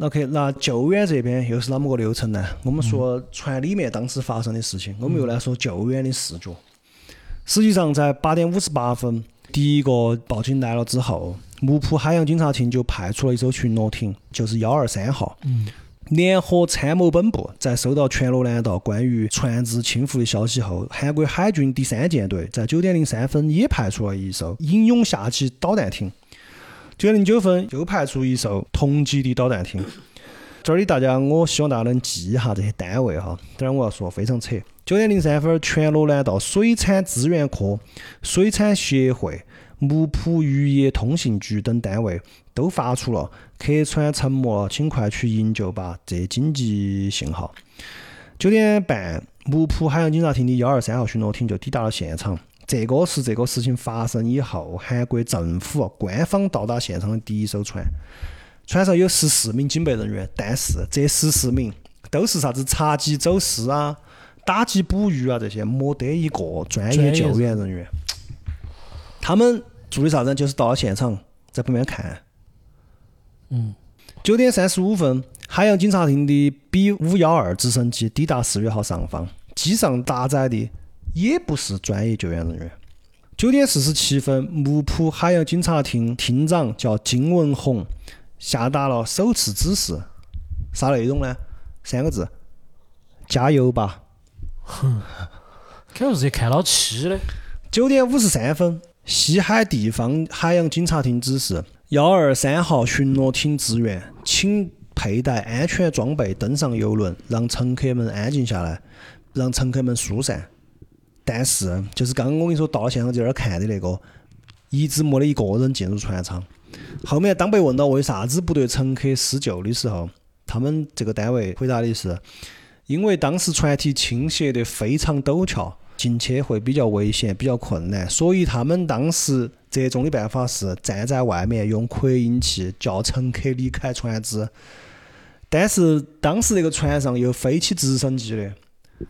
A: OK，那救援这边又是哪么个流程呢？我们说船里面当时发生的事情，我们又来说救援的视角。实际上，在八点五十八分，第一个报警来了之后，木浦海洋警察厅就派出了一艘巡逻艇，就是幺二三号。联合参谋本部在收到全罗南道关于船只倾覆的消息后，韩国海军第三舰队在九点零三分也派出了一艘英勇下级导弹艇。九点零九分又派出一艘同级的导弹艇。这里大家，我希望大家能记一下这些单位哈。当然我要说非常扯。九点零三分，全罗南道水产资源科、水产协会、木浦渔业通信局等单位都发出了“客船沉没了，请快去营救吧”这紧急信号。九点半，木浦海洋警察厅的幺二三号巡逻艇就抵达了现场。这个是这个事情发生以后，韩国政府官方到达现场的第一艘船。船上有十四名警备人员，但是这十四名都是啥子查缉走私啊、打击捕鱼啊这些，没得一个专业救援人员。他们做的啥子呢？就是到了现场，在旁边看。九点三十五分，海洋警察厅的 B 五幺二直升机抵达四月号上方，机上搭载的也不是专业救援人员。九点四十七分，木浦海洋警察厅厅长叫金文宏下达了首次指示，啥内容呢？三个字：加油吧！
B: 开始也看老七的，
A: 九点五十三分，西海地方海洋警察厅指示：幺二三号巡逻艇支援，请佩戴安全装备登上游轮，让乘客们安静下来，让乘客们疏散。但是，就是刚刚我跟你说到了现场在那儿看的那个，一直没得一个人进入船舱。后面当被问到为啥子不对乘客施救的时候，他们这个单位回答的是：因为当时船体倾斜得非常陡峭，进去会比较危险、比较困难，所以他们当时折中的办法是站在外面用扩音器叫乘客离开船只。但是当时那个船上有飞起直升机的，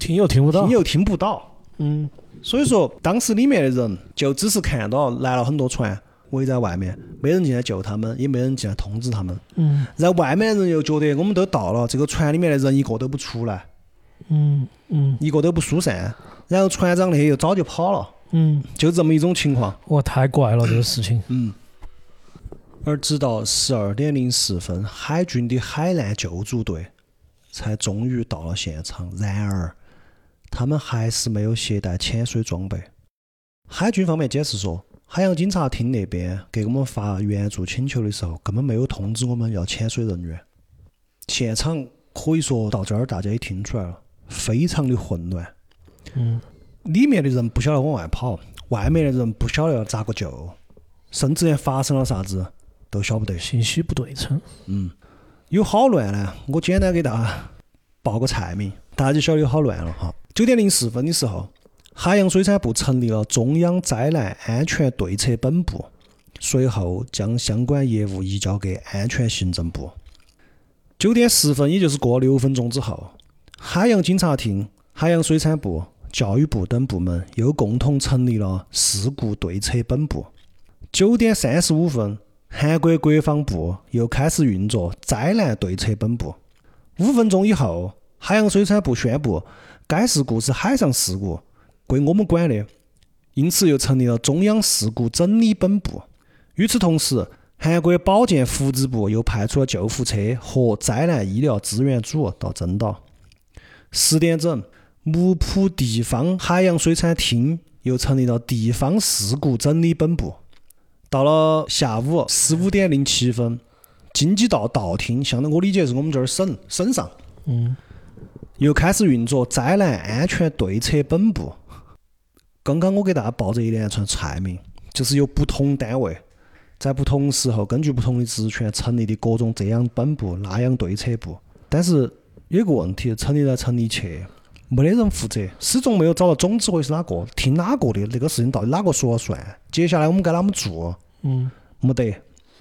B: 听又听不到
A: 听，又听不到，
B: 嗯，
A: 所以说，当时里面的人就只是看到来了很多船围在外面，没人进来救他们，也没人进来通知他们。
B: 嗯，
A: 然后外面的人又觉得我们都到了，这个船里面的人一个都不出来，
B: 嗯嗯
A: 一个都不疏散，然后船长那些又早就跑了，
B: 嗯，
A: 就这么一种情况。
B: 哇，太怪了这个事情。
A: 而直到十二点零四分，海军的海难救助队才终于到了现场。然而，他们还是没有携带潜水装备。海军方面解释说，海洋警察厅那边给我们发援助请求的时候，根本没有通知我们要潜水人员。现场可以说到这儿，大家也听出来了，非常的混乱。
B: 嗯，
A: 里面的人不晓得往外跑，外面的人不晓得要咋个救，甚至连发生了啥子都晓不得。
B: 信息不对称。
A: 有好乱呢，我简单给大家报个菜名，大家就晓得有好乱了哈。九点零四分的时候，海洋水产部成立了中央灾难安全对策本部，随后将相关业务移交给安全行政部。九点十分，也就是过了六分钟之后，海洋警察厅、海洋水产部、教育部等部门又共同成立了事故对策本部。九点三十五分，韩国国防部又开始运作灾难对策本部。五分钟以后，海洋水产部宣布该事故是海上事故，归我们管的，因此又成立了中央事故整理本部。与此同时，韩国保健福祉部又派出了救护车和灾难医疗支援组到真岛。十点整，木浦地方海洋水产厅又成立了地方事故整理本部。到了下午十五点零七分，京畿道道厅，相当我理解是我们这儿省省上，
B: 嗯，
A: 又开始运作灾难安全对策本部。刚刚我给大家报这一连串菜名，就是由不同单位在不同时候根据不同的职权成立的各种这样本部、那样对策部。但是有个问题，成立来成立去，没得人负责，始终没有找到总指挥是哪个，听哪个的，这个事情到底哪个说了算？接下来我们该啷么做？
B: 嗯
A: 没得，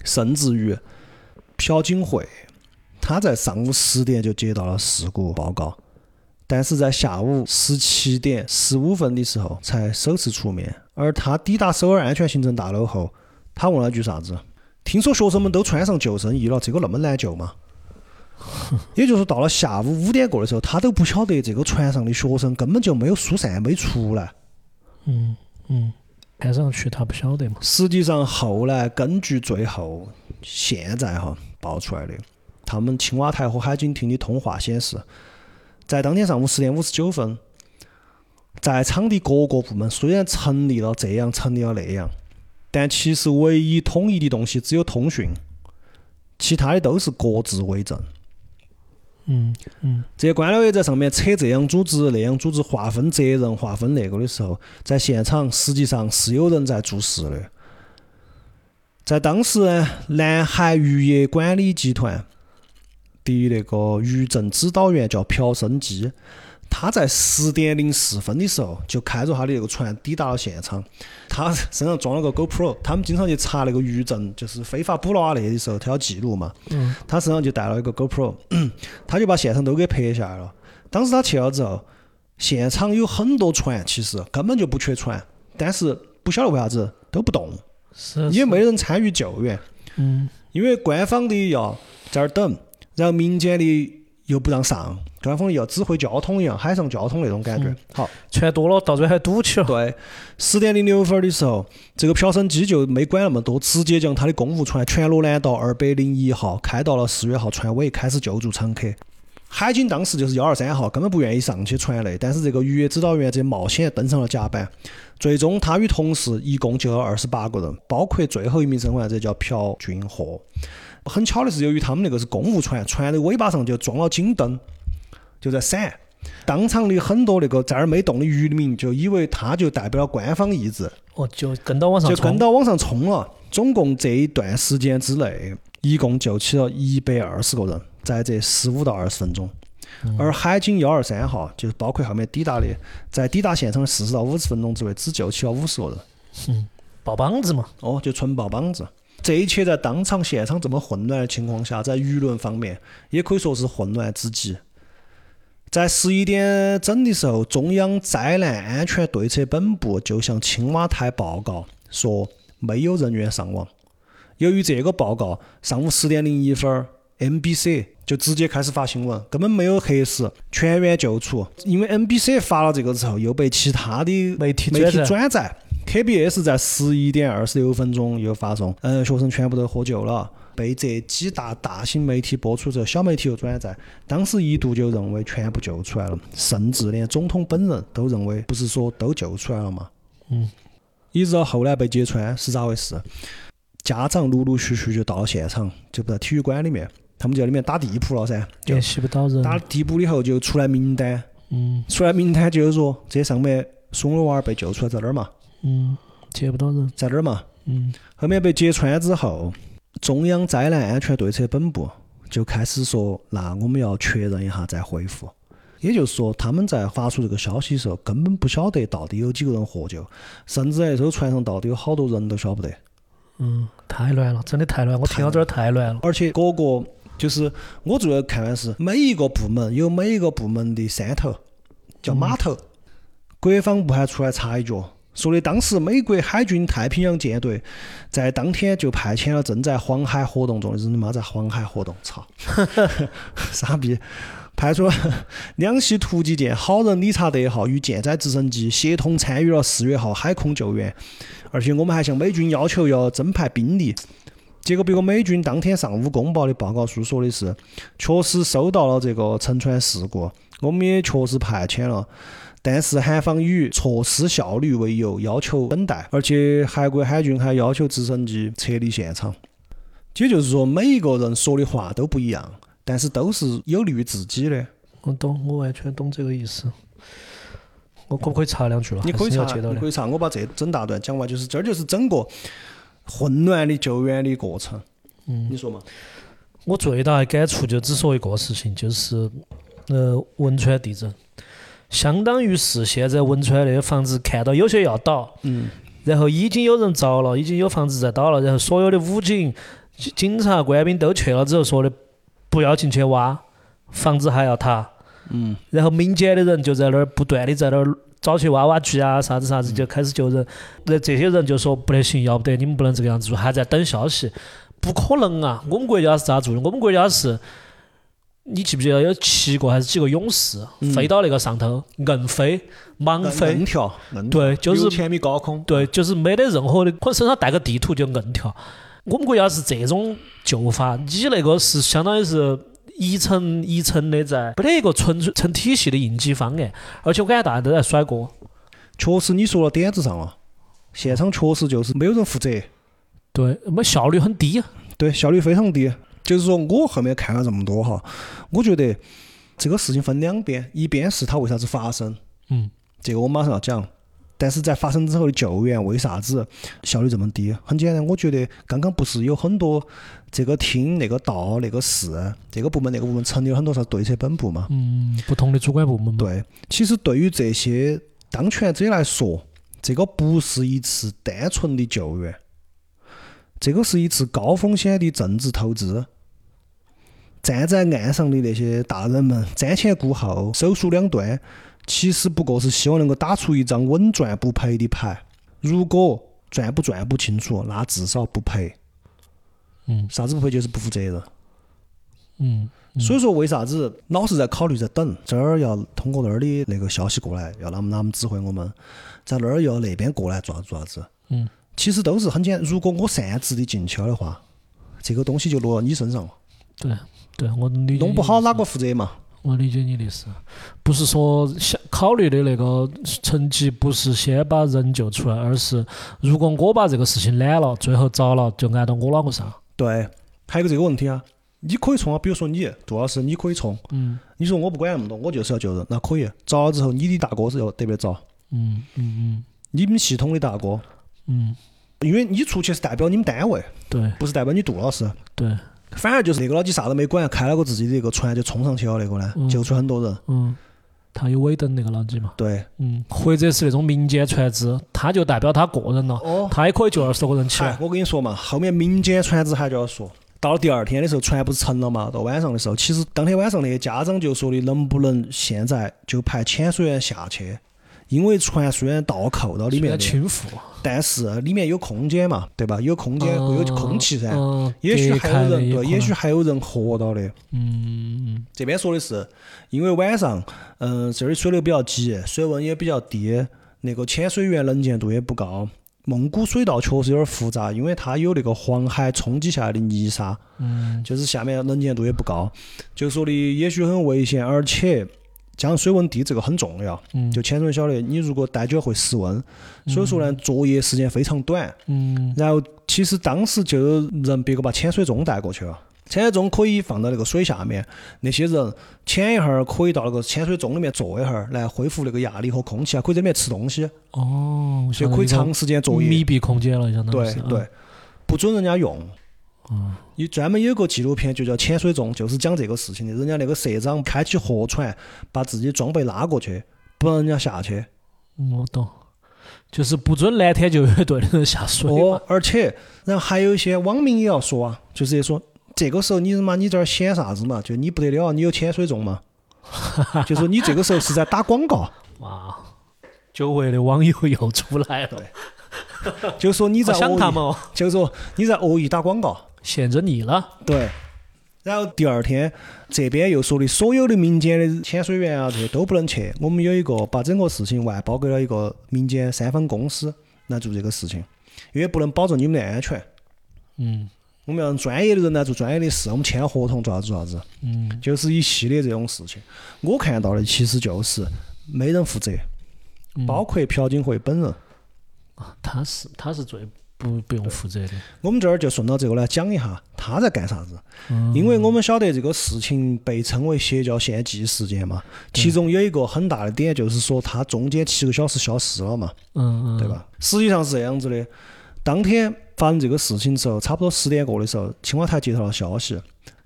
A: 甚至于朴槿惠，她在上午十点就接到了事故报告，但是在下午十七点十五分的时候才首次出面。而她抵达首尔安全行政大楼后，她问了句啥子？听说学生们都穿上救生衣了，这个那么难救吗？ 也就是说，到了下午五点过的时候，她都不晓得这个船上的学生根本就没有疏散，没出来。
B: 嗯嗯，看上去他不晓得嘛。
A: 实际上后来根据最后现在哈爆出来的，他们青瓦台和海警厅的通话显示，在当天上午十点五十九分，在场的各个部门虽然成立了这样，成立了那样，但其实唯一统一的东西只有通讯，其他的都是各自为政。
B: 嗯嗯
A: 这些官僚也在上面扯这样组织、那样组织，划分责任、划分那个的时候，在现场实际上是有人在做事的。在当时呢，南海渔业管理集团的那个渔政指导员叫朴生基，他在十点零四分的时候就开着他的那个船抵达了现场。他身上装了个 GoPro，他们经常去查那个渔政，就是非法捕捞啊那些的时候，他要记录嘛。
B: 嗯
A: 他身上就带了一个 GoPro，他就把现场都给拍下来了。当时他去了之后，现场有很多船，其实根本就不缺船，但是不晓得为啥子都不动，
B: 是
A: 也没人参与救援，
B: 嗯
A: 因为官方的要在那儿等，然后民间的又不让上，官方的要指挥交通一样，海上交通那种感觉。好，
B: 船多了，到最后还堵起 了。
A: 对，十点零六分的时候，这个朴生基就没管那么多，直接将他的公务船全罗南道二百零一号开到了四月号船尾，开始救助乘客。海警当时就是幺二三号，根本不愿意上去船内，但是这个渔业指导员这冒险登上了甲板，最终他与同事一共救了二十八个人，包括最后一名生还者叫朴俊赫。很巧的是，由于他们那个是公务船，船的尾巴上就装了警灯，就在闪。当场的很多那个在那儿没动的渔民就以为他就代表了官方意志，
B: 哦，就跟到往上
A: 就
B: 冲
A: 跟。到往上冲了。总共这一段时间之内，一共救起了一百二十个人，在这十五到二十分钟。而海警幺二三号，就是包括后面抵达的，在抵达现场四十到五十分钟之内，只救起了五十个人。
B: 爆膀子嘛。
A: 哦，就纯爆膀子。这一切在当场现场这么混乱的情况下，在舆论方面也可以说是混乱之极。在十一点整的时候，中央灾难安全对策本部就向青瓦台报告说，没有人员伤亡。由于这个报告，上午十点零一分儿，NBC 就直接开始发新闻，根本没有核实，全员救出。因为 NBC 发了这个之后，又被其他的
B: 媒体
A: 媒体
B: 转载
A: 转载。KBS 在十一点二十六分钟又发送，嗯，学生全部都获救了。被这几大大型媒体播出之后，小媒体又转载，当时一度就认为全部救出来了，甚至连总统本人都认为，不是说都救出来了吗？一直到后来被揭穿是咋回事？家长陆陆续续就到了现场，就不在体育馆里面，他们就在里面打地铺了噻。就
B: 联系不到人，
A: 打地铺以后就出来名单，
B: 嗯
A: 出来名单就是说这上面怂娃儿被救出来在哪儿嘛，
B: 嗯，接不到人，
A: 在哪儿嘛。
B: 嗯
A: 后面被揭穿之后，中央灾难安全对策本部就开始说，那我们要确认一下再回复。也就是说，他们在发出这个消息的时候，根本不晓得到底有几个人获救，甚至那艘船上到底有好多人都晓不得。
B: 嗯，太乱了，真的太乱，我听到这儿太乱了，
A: 而且各个就是我主要看完是每一个部门有每一个部门的山头叫码头，国防部还出来插一脚，说的当时美国海军太平洋舰队在当天就派遣了正在黄海活动中的人，他妈在黄海活动，操，傻逼！派出了 两栖突击舰“好人理查德号”与舰载直升机协同参与了四月号海空救援，而且我们还向美军要求要增派兵力，结果，别个美军当天上午公报的报告书说的是，确实收到了这个沉船事故，我们也确实派遣了，但是韩方以措施效率为由要求等待，而且韩国海军还要求直升机撤离现场。也就是说，每一个人说的话都不一样，但是都是有利于自己的。
B: 我懂，我完全懂这个意思。我可不可以插两句了？
A: 你可以
B: 还是
A: 查，
B: 要接到
A: 你可
B: 的。
A: 以查，我把这整大段讲完，就是这儿就是整个混乱的救援的过程。嗯，你说嘛？
B: 我最大的感触就只说一个事情，就是呃汶川地震，相当于是现在汶川那些房子看到有些要倒，
A: 嗯，
B: 然后已经有人遭了，已经有房子在倒了，然后所有的武警、警警察、官兵都去了之后说的不要进去挖，房子还要塌。
A: 嗯，
B: 然后民间的人就在那儿不断的在那儿找去挖挖具啊，啥子啥子，就开始救人。那这些人就说不得行，要不得，你们不能这个样子做，还在等消息，不可能啊！我们国家是咋做的？我们国家是。你记不记得有七个还是几个勇士、飞到那个上头，嗯硬飞、盲飞、
A: 能跳，能跳
B: 对，就是
A: 六千米高空，
B: 对，就是没得任何的，可能身上带个地图就硬跳。我们国家是这种救法，你那个是相当于是一层一层的在，没得一个纯粹成体系的应急方案，而且我感觉大家都在甩锅。
A: 确实你说到点子上了。现场确实就是没有人负责，
B: 对，没效率很低。啊
A: 对，效率非常低。就是说我后面看了这么多哈，我觉得这个事情分两边，一边是它为啥子发生，
B: 嗯，
A: 这个我马上要讲。但是在发生之后的救援为啥子效率这么低？很简单，我觉得刚刚不是有很多这个厅、那个道、那个市、这个部门、那个部门成立了很多啥对策本部嘛？
B: 嗯，不同的主管部门嘛。
A: 对，其实对于这些当权者来说，这个不是一次单纯的救援，这个是一次高风险的政治投资。站在岸上的那些大人们瞻前顾后，手术两端，其实不过是希望能够打出一张稳赚不赔的牌。如果赚不赚不清楚，那至少不赔。
B: 嗯
A: 啥子不赔就是不负责任。
B: 嗯
A: 所以说，为啥子老是在考虑在等这儿要通过那儿的那个消息过来，要那么那么指挥我们，在那儿要那边过来做啥子做啥子？
B: 嗯，
A: 其实都是很简单。如果我擅自的进去了的话，这个东西就落到你身上了，
B: 对对，我理解
A: 弄不
B: 你
A: 好哪个负责嘛？
B: 我理解你的意思，不是说想考虑的那个成绩，不是先把人救出来，而是如果我把这个事情揽了，最后遭了，就挨到我脑壳上。
A: 对，还有个这个问题啊，你可以冲啊，比如说你杜老师，你可以冲，
B: 嗯
A: 你说我不管那么多，我就是要救人，那可以。遭了之后，你的大哥是要得不得遭？
B: 嗯嗯
A: 你们系统的大哥，
B: 嗯嗯，
A: 因为你出去是代表你们单位，
B: 对
A: 不是代表你杜老师。
B: 对，
A: 反而就是那个老几啥都没管，开了个自己的一个船就冲上去了，那个呢
B: 嗯
A: 救出很多人。
B: 嗯，他有尾灯那个老几嘛，
A: 对，
B: 嗯，或者是那种民间船只，他就代表他个人了，
A: 哦哎
B: 他也可以救二十多个人起
A: 嗨
B: 来，。
A: 我跟你说嘛，后面民间船只还就要说，到了第二天的时候，船不是沉了嘛？到晚上的时候，其实当天晚上那些家长就说的，能不能现在就派潜水员下去？因为船虽然倒扣到里面
B: 要
A: 的，
B: 倾覆，
A: 但是里面有空间嘛，对吧？有空间会有空气噻，
B: 嗯
A: 也许还有人对，也许，
B: 嗯
A: 还有人活到的。
B: 嗯，
A: 这边说的是，因为晚上，嗯、这儿水流比较急，水温也比较低，那个潜水员能见度也不高。蒙古水道确实有点复杂，因为它有那个黄海冲击下来的泥沙，
B: 嗯，
A: 就是下面能见度也不高，就说的也许很危险，而且加上水温低，这个很重要。
B: 嗯
A: 就潜水晓得，你如果待久了会失温，所以说呢，作业时间非常短。
B: 嗯，
A: 然后其实当时就有人别个把潜水钟带过去了，潜水钟可以放到那个水下面，那些人潜一会儿可以到那个潜水钟里面坐一会儿，来恢复那个压力和空气，还啊可以在里面吃东西，
B: 哦，我
A: 就
B: 晓得
A: 可以
B: 一个
A: 长时间作业。
B: 密闭空间了，相当于
A: 对
B: 是啊
A: 对，不准人家用。你专门有个纪录片就叫《潜水钟》，就是讲这个事情的。人家那个社长开起货船，把自己装备拉过去，不让人家下去。
B: 嗯我懂，就是不准蓝天就有一队的人下水嘛
A: 哦，，而且，然后还有一些网民也要说啊，就是也说这个时候你他妈你这儿显啥子嘛？就你不得了，你有潜水钟 嘛？就说你这个时候是在打广告，
B: 哇，久违的网友又出来了，
A: 就说你在
B: 好想他们
A: 恶
B: 哦，
A: 意，就说你在恶意打广告。
B: 显着你了，
A: 对。然后第二天，这边又说的所有的民间的潜水员啊，这些都不能去。我们有一个把整个事情外包给了一个民间三方公司来做这个事情，因为不能保证你们的安全。
B: 嗯
A: 我们要让专业的人来做专业的事，我们签了合同做啥子做啥子，
B: 嗯，
A: 就是一系列这种事情。我看到的其实就是没人负责，包括朴槿惠本人。
B: 啊他是他是最不不用负责的，
A: 我们这儿就顺到这个来讲一下他在干啥子，因为我们晓得这个事情被称为邪教献祭事件嘛，其中有一个很大的点就是说他中间七个小时消失了嘛，
B: 嗯嗯，
A: 对？吧？实际上是这样子的，当天发生这个事情之后，差不多十点过的时候，青瓦台接到了消息，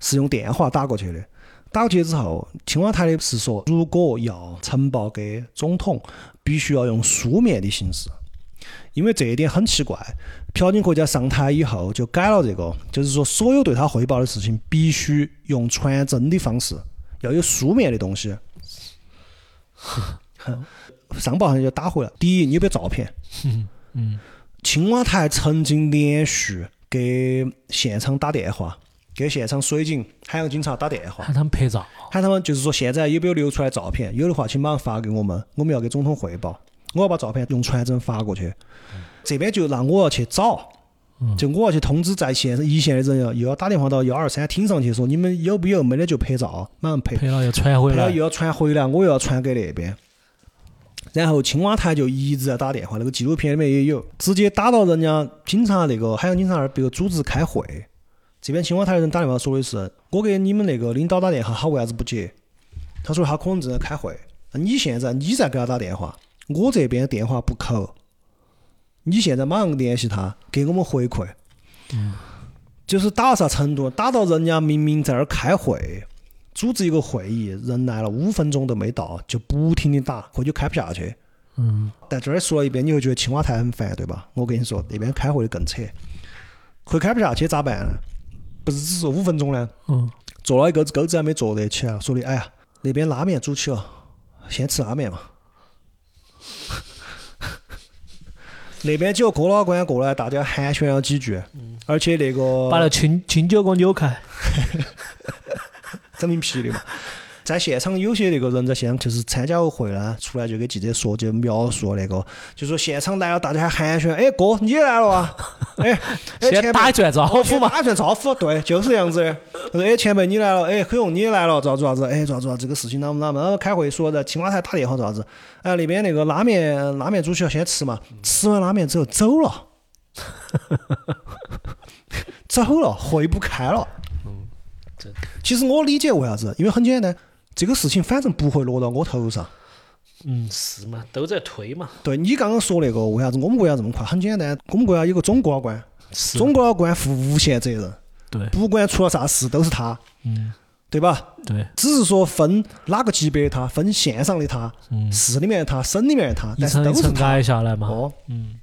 A: 是用电话打过去的。打过去之后，青瓦台的是说，如果要呈报给总统，必须要用书面的形式。因为这一点很奇怪，朴槿惠在上台以后就改了这个，就是说所有对他汇报的事情必须用传真的方式，要有书面的东西。 上报好像就打回来。第一，你有没有照片？青瓦台曾经连续给现场打电话，给现场水警、海洋警察打电话
B: 喊，他们拍照，
A: 喊他们就是说现在有没有流出来照片，有的话请马上发给我们，我们要给总统汇报，我要把照片用传真发过去。这边就让我要去找，就我要去通知在线一线的人要又要打电话到幺二三厅上去说你们有没有，没得就拍照，马上拍。
B: 拍了又传回
A: 然后
B: 来，
A: 又要传回来，我又要传给那边。然后青瓦台就一直在打电话，那个纪录片里面也有，直接打到人家警察那个海洋警察那儿，别个组织开会，这边青瓦台的人打电话说的是，我给你们那个领导打电话，他为啥子不接？他说他可能正在开会。那你现在你再给他打电话，我这边电话不扣，你现在马上联系他，给我们回馈。就是打到啥程度？打到人家明明在那儿开会，组织一个会议，人来了五分钟都没到，就不停的打，会就开不下去。
B: 嗯，
A: 在这儿说了一遍，你会觉得青瓦台很烦，对吧？我跟你说，那边开会的更扯，会开不下去咋办呢？不是只是五分钟呢？
B: 嗯，
A: 做了一个钩子还没做得起来，说的哎呀，那边拉面煮起了，先吃拉面嘛。 那边几个哥老倌过来，大家寒暄了几句，而且那个
B: 把那清清酒给我扭开，
A: 整瓶啤的嘛。 在现场有些那个人在现场就是参加过会呢，出来就给记者说，就描述那个，就说现场来了，大家还寒暄，哎哥你也来了啊， 哎，哎前
B: 先
A: 辈
B: 打一转招呼
A: 先
B: 嘛，
A: 打算招呼，对，就是这样子的。他说：“哎，前辈你来了，哎，黑龙你也来了，咋子咋子？哎，咋子咋子？这个事情啷么啷么？然后开会说在青瓦台打电话咋子？哎，那边那个拉面拉面主席要先吃嘛，吃完拉面之后走了， 走了，会不开了。其实我理解为啥子，因为很简单，这个事情反正不会落到我头上。
B: 嗯，是嘛，都在推嘛，
A: 对你刚刚说那个为啥子我们国家这么快？很简单，我们国家有个总国官，
B: 是，
A: 总国官负无限责任。”
B: 对
A: 不管出了啥事都是他，
B: 嗯，
A: 对吧？
B: 对，
A: 只是说分哪个级别的他，分县上的他，市里面的他，省里面的他，哦
B: 一
A: 但是
B: 层嗯一
A: 都是
B: 层
A: 他
B: 改。下来嘛，
A: 哦，嗯，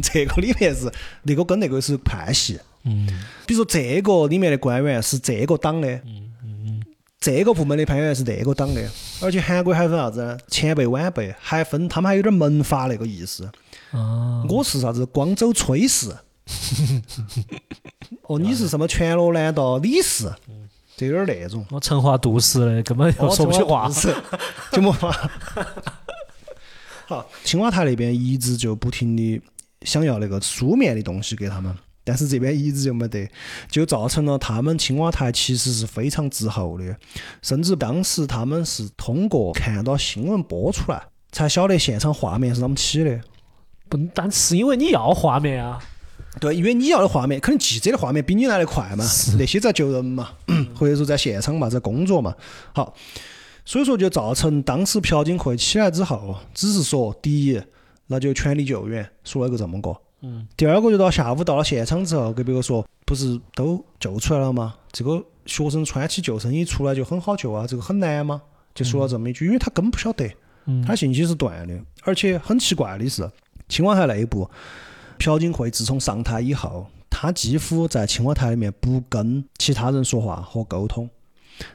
A: 这个里面是那个跟那个是派系，
B: 嗯
A: 比如说这个里面的官员是这个党的，这个部门的判员是那个党的，而且韩国还分啥子呢？前辈晚辈，还分他们还有点门阀那个意思。
B: 啊，
A: 我是啥子光州崔氏，哦，你是什么全罗南道李氏，就有点那种。
B: 我成华都市的根本
A: 哦
B: 说不起话
A: 不。是，就没法。好，青瓦台那边一直就不停的想要那个书面的东西给他们，但是这边一直就没得，就造成了他们青瓦台其实是非常滞后的，甚至当时他们是通过看到新闻播出来，才晓得现场画面是啷么起的。
B: 不，但是因为你要画面啊，
A: 对，因为你要的画面，可能记者的画面比你来的快嘛，那些在救人嘛，或者说在现场嘛，在工作嘛。好，所以说就造成当时朴槿惠起来之后，只是说第一，那就全力救援，说了个这么个。嗯。第二个就到下午到了现场之后，给别个说，不是都救出来了吗？这个学生穿起救生衣出来就很好救啊，这个很难吗？就说了这么一句，因为他根本不晓得，他信息是断的，而且很奇怪的是，青瓦台内部。朴槿惠自从上台以后，她几乎在青瓦台里面不跟其他人说话和沟通，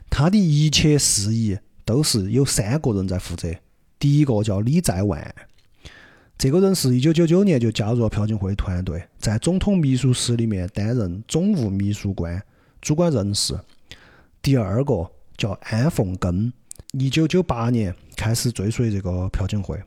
A: 她的一切事宜都是有三个人在负责。第一个叫李在万，这个人是一九九九年就加入了朴槿惠团队，在总统秘书室里面担任总务秘书官，主管人事。第二个叫安凤根，一九九八年开始追随这个朴槿惠。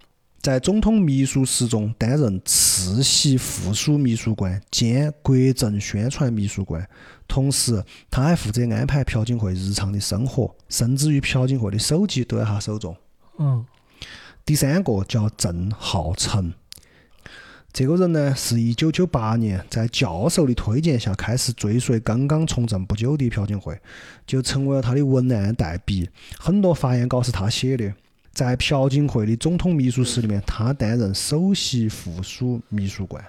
A: 在总统秘书室中担任次席副署秘书官兼国政宣传秘书官，同时他还负责安排朴槿惠日常的生活，甚至于朴槿惠的手机都在他手中。
B: 嗯，
A: 第三个叫郑浩成，这个人呢是一九九八年在教授的推荐下开始追随刚刚从政不久的朴槿惠，就成为了他的文案代笔，很多发言稿是他写的。在朴槿惠的总统秘书室里面，他担任首席附属秘书官。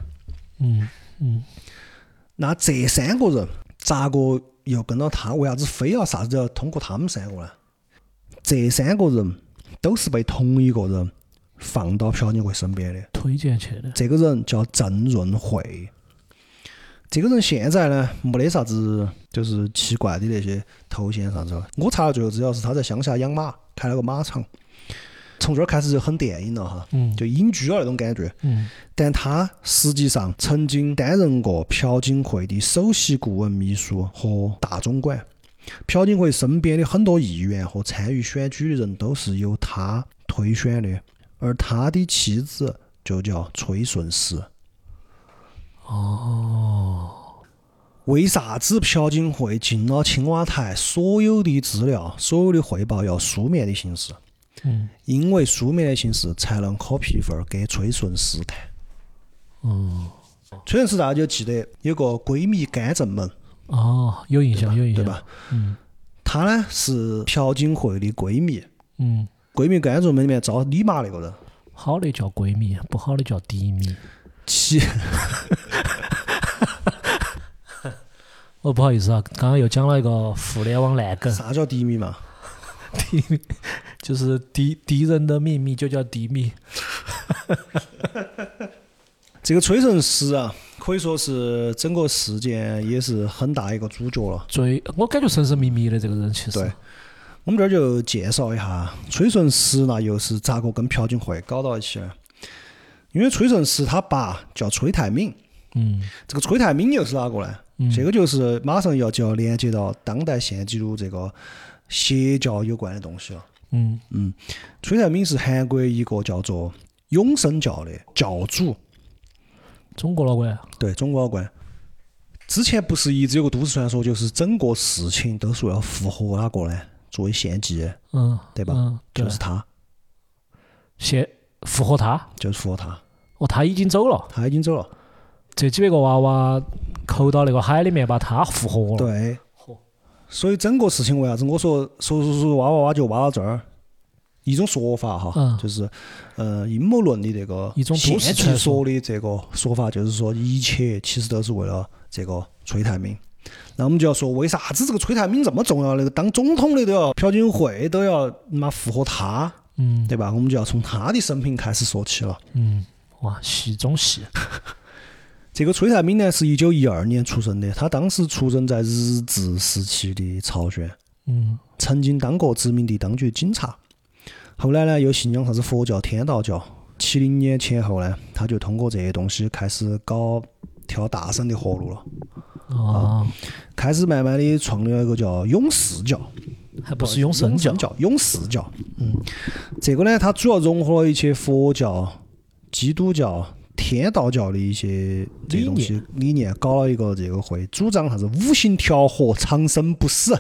B: 嗯，
A: 那这三个人咋个又跟到他？为啥子非要啥子要通过他们三个呢？这三个人都是被同一个人放到朴槿惠身边的。
B: 推荐去的。
A: 这个人叫郑润慧。这个人现在呢，没得啥子就是奇怪的那些头衔啥子了。我查了最后资料是他在乡下养马，开了个马场。从这儿开始就很电影了哈，
B: 嗯
A: 就隐居了那种感觉。
B: 嗯
A: 但他实际上曾经担任过朴槿惠的首席顾问秘书和大总管。朴槿惠身边的很多议员和参与选举的人都是由他推选的，而他的妻子就叫崔顺实。哦，为啥子朴槿惠进了青瓦台，所有的资料、所有的汇报要书面的形式？
B: 嗯，
A: 因为书面的形式才能可皮分儿给崔顺实谈。哦，崔顺实大家就记得有个闺蜜甘正门，
B: 哦，有印象，有印
A: 对
B: 象，
A: 吧？？她呢是朴槿惠的闺蜜，
B: 嗯，
A: 闺蜜甘正门里面招李妈那个人。
B: 好的叫闺蜜，啊不好的叫敌蜜。
A: 其
B: 哦，不好意思啊，刚刚又讲了一个互联网烂梗，
A: 啥叫低迷嘛？
B: 敌蜜就是敌敌人的秘密就叫敌蜜。
A: 这个崔顺实啊，可以说是整个事件也是很大一个主角了。
B: 最我感觉神神秘秘的这个人，其实
A: 对，我们这儿就介绍一下崔顺实，那又是咋个跟朴槿惠搞到一起呢？因为崔顺实他爸叫崔泰敏，
B: 嗯
A: 这个崔泰敏又是哪个呢？这个就是马上要就要连接到当代现记录这个邪教有关的东西了。
B: 嗯
A: 崔泰敏是韩国一个叫做永生教的教主，
B: 中国老啊倌，
A: 对中国老倌。之前不是一直有个都市传说，就是整个事情都是为了复活哪个呢？作为献祭，
B: 嗯，
A: 对吧？
B: 嗯，对
A: 就是，他，
B: 先复活他，
A: 就是复活他，
B: 哦，他已经走了，
A: 他已经走了。
B: 这几百个娃娃扣到那个海里面，把他复活了。，
A: 对
B: 嚯，
A: 所以整个事情为啥子我说说说说挖挖挖就挖到这儿？一种说法哈，
B: 嗯
A: 就是呃阴谋论的这个
B: 一种都
A: 现
B: 市
A: 实
B: 传
A: 说
B: 说
A: 的这个说法，就是说一切其实都是为了这个崔泰敏。那我们就要说，为啥子这个崔泰敏这么重要？那个当总统的都要朴槿惠都要妈复活他，
B: 嗯
A: 对吧？我们就要从他的生平开始说起了。
B: 嗯，哇，戏中戏，
A: 这这个崔泰敏呢，是一九一二年出生的，他当时出生在日治时期的朝鲜，
B: 嗯
A: 曾经当过殖民地当局警察，后来呢又信仰啥子佛教、天道教。七零年前后呢，他就通过这些东西开始搞跳大绳的活路了，
B: 哦，
A: 啊开始慢慢的创立了一个叫勇士教，
B: 还不是永生教
A: 教，勇士教。嗯，这个呢，它主要融合了一些佛教、基督教、天道教的一些这些东西理念，搞了一个这个会，主张啥子五行调和、长生不死。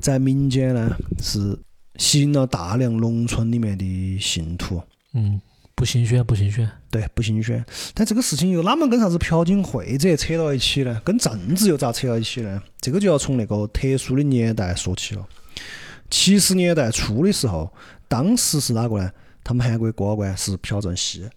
A: 在民间呢，是吸引了大量农村里面的信徒。
B: 嗯，不行选不行选，
A: 对，不兴宣，但这个事情又哪么跟啥子朴槿惠这扯到一起呢？跟政治又咋扯到一起呢？这个就要从那个特殊的年代说起了。七十年代初的时候，当时是哪个呢？他们韩国高官是朴正熙，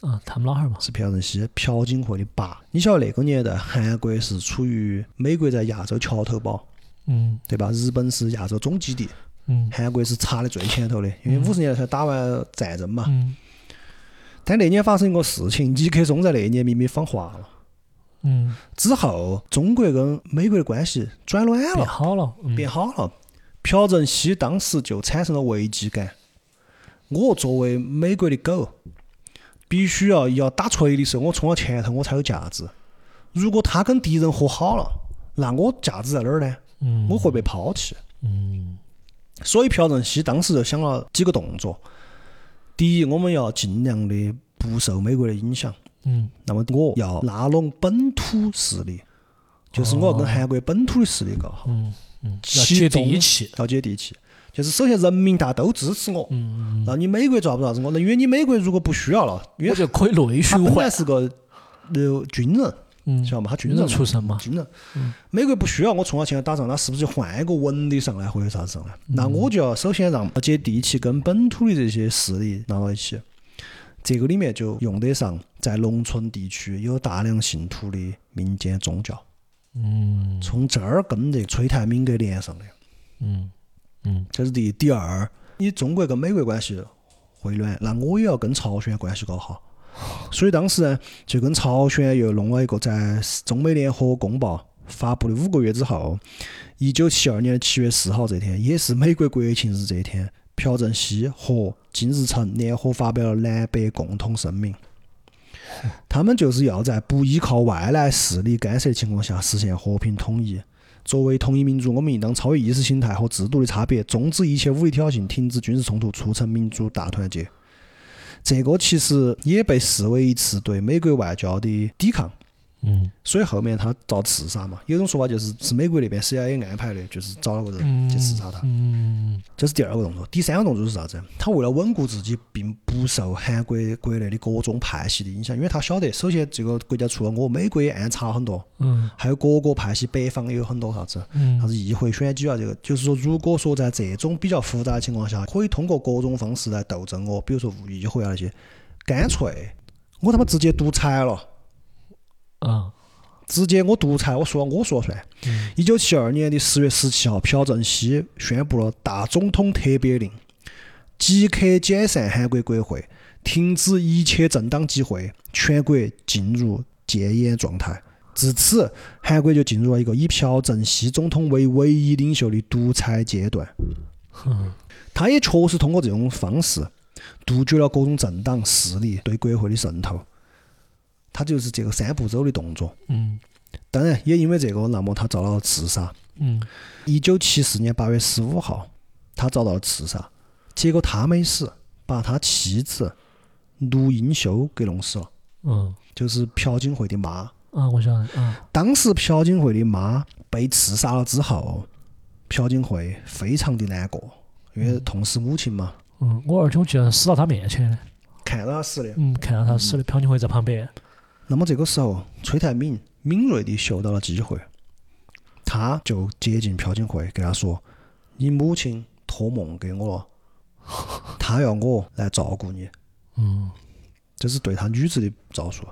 B: 啊，他们老汉儿嘛，
A: 是朴正熙，朴槿惠的爸。你晓得那个年代，韩国是处于美国在亚洲桥头堡，
B: 嗯
A: 对吧？日本是亚洲总基地，
B: 嗯
A: 韩国是插的最前头的，因为五十年代才打完战争嘛。
B: 嗯
A: 但那年发生一个事情，尼克松在那一年明明访华了。
B: 嗯，
A: 之后，中国跟美国的关系转暖
B: 变
A: 了，
B: 好了，嗯
A: 变好了。朴正熙当时就产生了危机感。我作为美国的狗，必须要要打锤的时候，我冲到前头，我才有价值。如果他跟敌人和好了，那我价值在哪儿呢？
B: 嗯
A: 我会被抛弃。
B: 嗯
A: 所以朴正熙当时就想了几个动作：第一，我们要尽量的不受美国的影响。
B: 嗯
A: 那么我要拉拢本土势力，就是我要跟韩国本土的势力搞好，
B: 嗯嗯，要
A: 其
B: 接
A: 中
B: 地气，，
A: 要接地气。就是首先人民大家都支持我，
B: 嗯，
A: 然后你美国抓不到子我，那因为你美国如果不需要了，因
B: 我
A: 为
B: 觉得可以内
A: 他
B: 循
A: 本
B: 环
A: 来，是个呃军人，
B: 嗯，
A: 晓得吗？他啊军
B: 军
A: 人
B: 人出身嘛嗯
A: 军人，美国不需要我冲他前头打仗，那是不是就换一个文的上来或者啥子上来？
B: 嗯
A: 那我就要首先让接地气跟本土的这些势力拿到一起。这个里面就用得上在农村地区有大量信徒的民间宗教，
B: 嗯
A: 从这儿跟这崔泰敏给连上的，
B: 嗯嗯
A: 这是第一。第二，你中国跟美国关系回暖，那我也要跟朝鲜关系搞好。所以当时呢，就跟朝鲜又弄了一个在中美联合公报发布的五个月之后，一九七二年七月四号这天，也是美国国庆日这一天，朴正熙和金日成联合发表了南北共同声明。他们就是要在不依靠外来势力干涉情况下实现和平统一。作为同一民族，我们应当超越意识形态和制度的差别，终止一切武力挑衅，停止军事冲突，促成民族大团结。这个其实也被视为一次对美国外交的抵抗，
B: 嗯
A: 所以后面他遭刺杀嘛。有种说法就是是美国那边 CIA 安排的，就是找了个人去刺杀他。
B: 嗯
A: 这是第二个动作。第三个动作是啥子？他为了稳固自己，并不受韩国国内的各种派系的影响，因为他晓得，首先这个国家除了我，美国也安插了很多，
B: 嗯
A: 还有各个派系，北方也有很多啥子，
B: 嗯
A: 啥子议会选举啊，这个就是说，如果说在这种比较复杂的情况下，可以通过各种方式来斗争我，比如说议会啊那些，干脆我他妈直接独裁了。
B: 啊
A: 直接我独裁，我说我说了算。一九七二年的十月十七号，朴正熙宣布了大总统特别令，即刻解散韩国国会，停止一切正当集会，全国进入戒严状态。自此，韩国就进入了一个以朴正熙总统为唯一领袖的独裁阶段。他也确实通过这种方式，杜绝了各种政党势力对国会的渗透。他就是这个三步走的动作。
B: 嗯
A: 当然，也因为这个，那么他遭到了刺杀。
B: 嗯
A: 一九七四年八月十五号，他遭到了刺杀，结果他没死，把他妻子卢英修给弄死了，
B: 嗯
A: 就是朴槿惠的妈。
B: 啊，我晓得啊，
A: 当时朴槿惠的妈被刺杀了之后，朴槿惠非常的难过，因为痛失母亲嘛，
B: 嗯，我而且我记得死到他面前的，
A: 看到他死的。
B: 嗯，看到他死的，朴槿惠在旁边，
A: 那么这个时候，崔泰敏敏锐地嗅到了机会，他就接近朴槿惠，跟他说：“你母亲托梦给我 了，她要我来照顾你。”
B: 嗯
A: 这是对他女子的招数。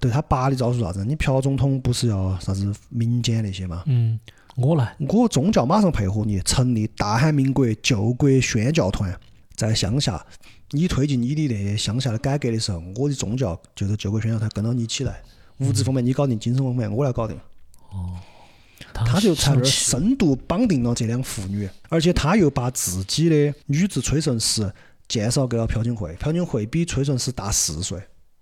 A: 对他爸的招数是啥子？你朴总统不是要啥子民间那些吗？
B: 嗯，我来，
A: 我宗教马上配合你，成立大韩民国救国宣教团，在乡下，你推进你的那些乡下的改革的时候，我的宗教就是救国宣教团跟到你一起来，物质方面你搞定，精神方面我来搞定。
B: 他
A: 他就
B: 上
A: 才
B: 去
A: 深度绑定了这两妇女，而且他又把自己的女子催生师介绍给了朴槿惠。朴槿惠比催生师大四岁，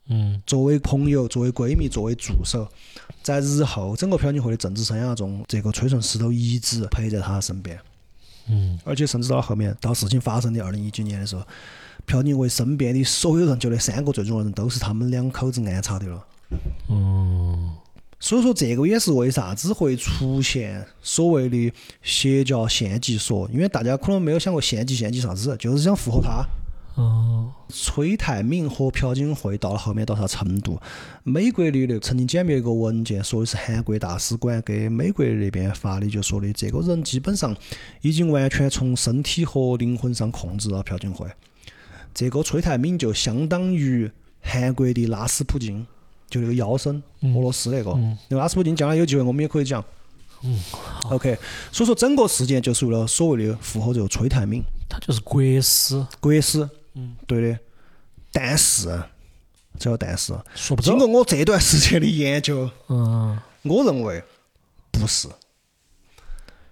B: 嗯，
A: 作为朋友、作为闺蜜、作为助手，在日后整个朴槿惠的政治生涯中，这个崔顺实都一直陪在她身边。
B: 嗯，
A: 而且甚至到后面，到事情发生的二零一九年的时候，朴槿惠身边的所有人，就那三个最重要的人，都是他们两口子安插的了。所以说，这个也是为啥子会出现所谓的邪教献祭说，因为大家可能没有想过献祭献祭啥子，就是想符合他。
B: 哦，
A: 崔泰明和朴槿惠到了后面到啥程度？美国的那曾经解密一个文件，说的是韩国大使馆给美国那边发的，就说的这个人基本上已经完全从身体和灵魂上控制了朴槿惠。这个崔泰明就相当于韩国的拉斯普京，就那个妖僧，俄罗斯那个。那个拉斯普京将来有机会我们也可以讲。嗯，OK，所以说整个事件就是为了所谓的符合这个崔泰明。
B: 他就是国师，
A: 国师，嗯，对的。但是，只有但是，
B: 说不
A: 经
B: 准
A: 过。我这段时间的研究，
B: 嗯，
A: 我认为不是。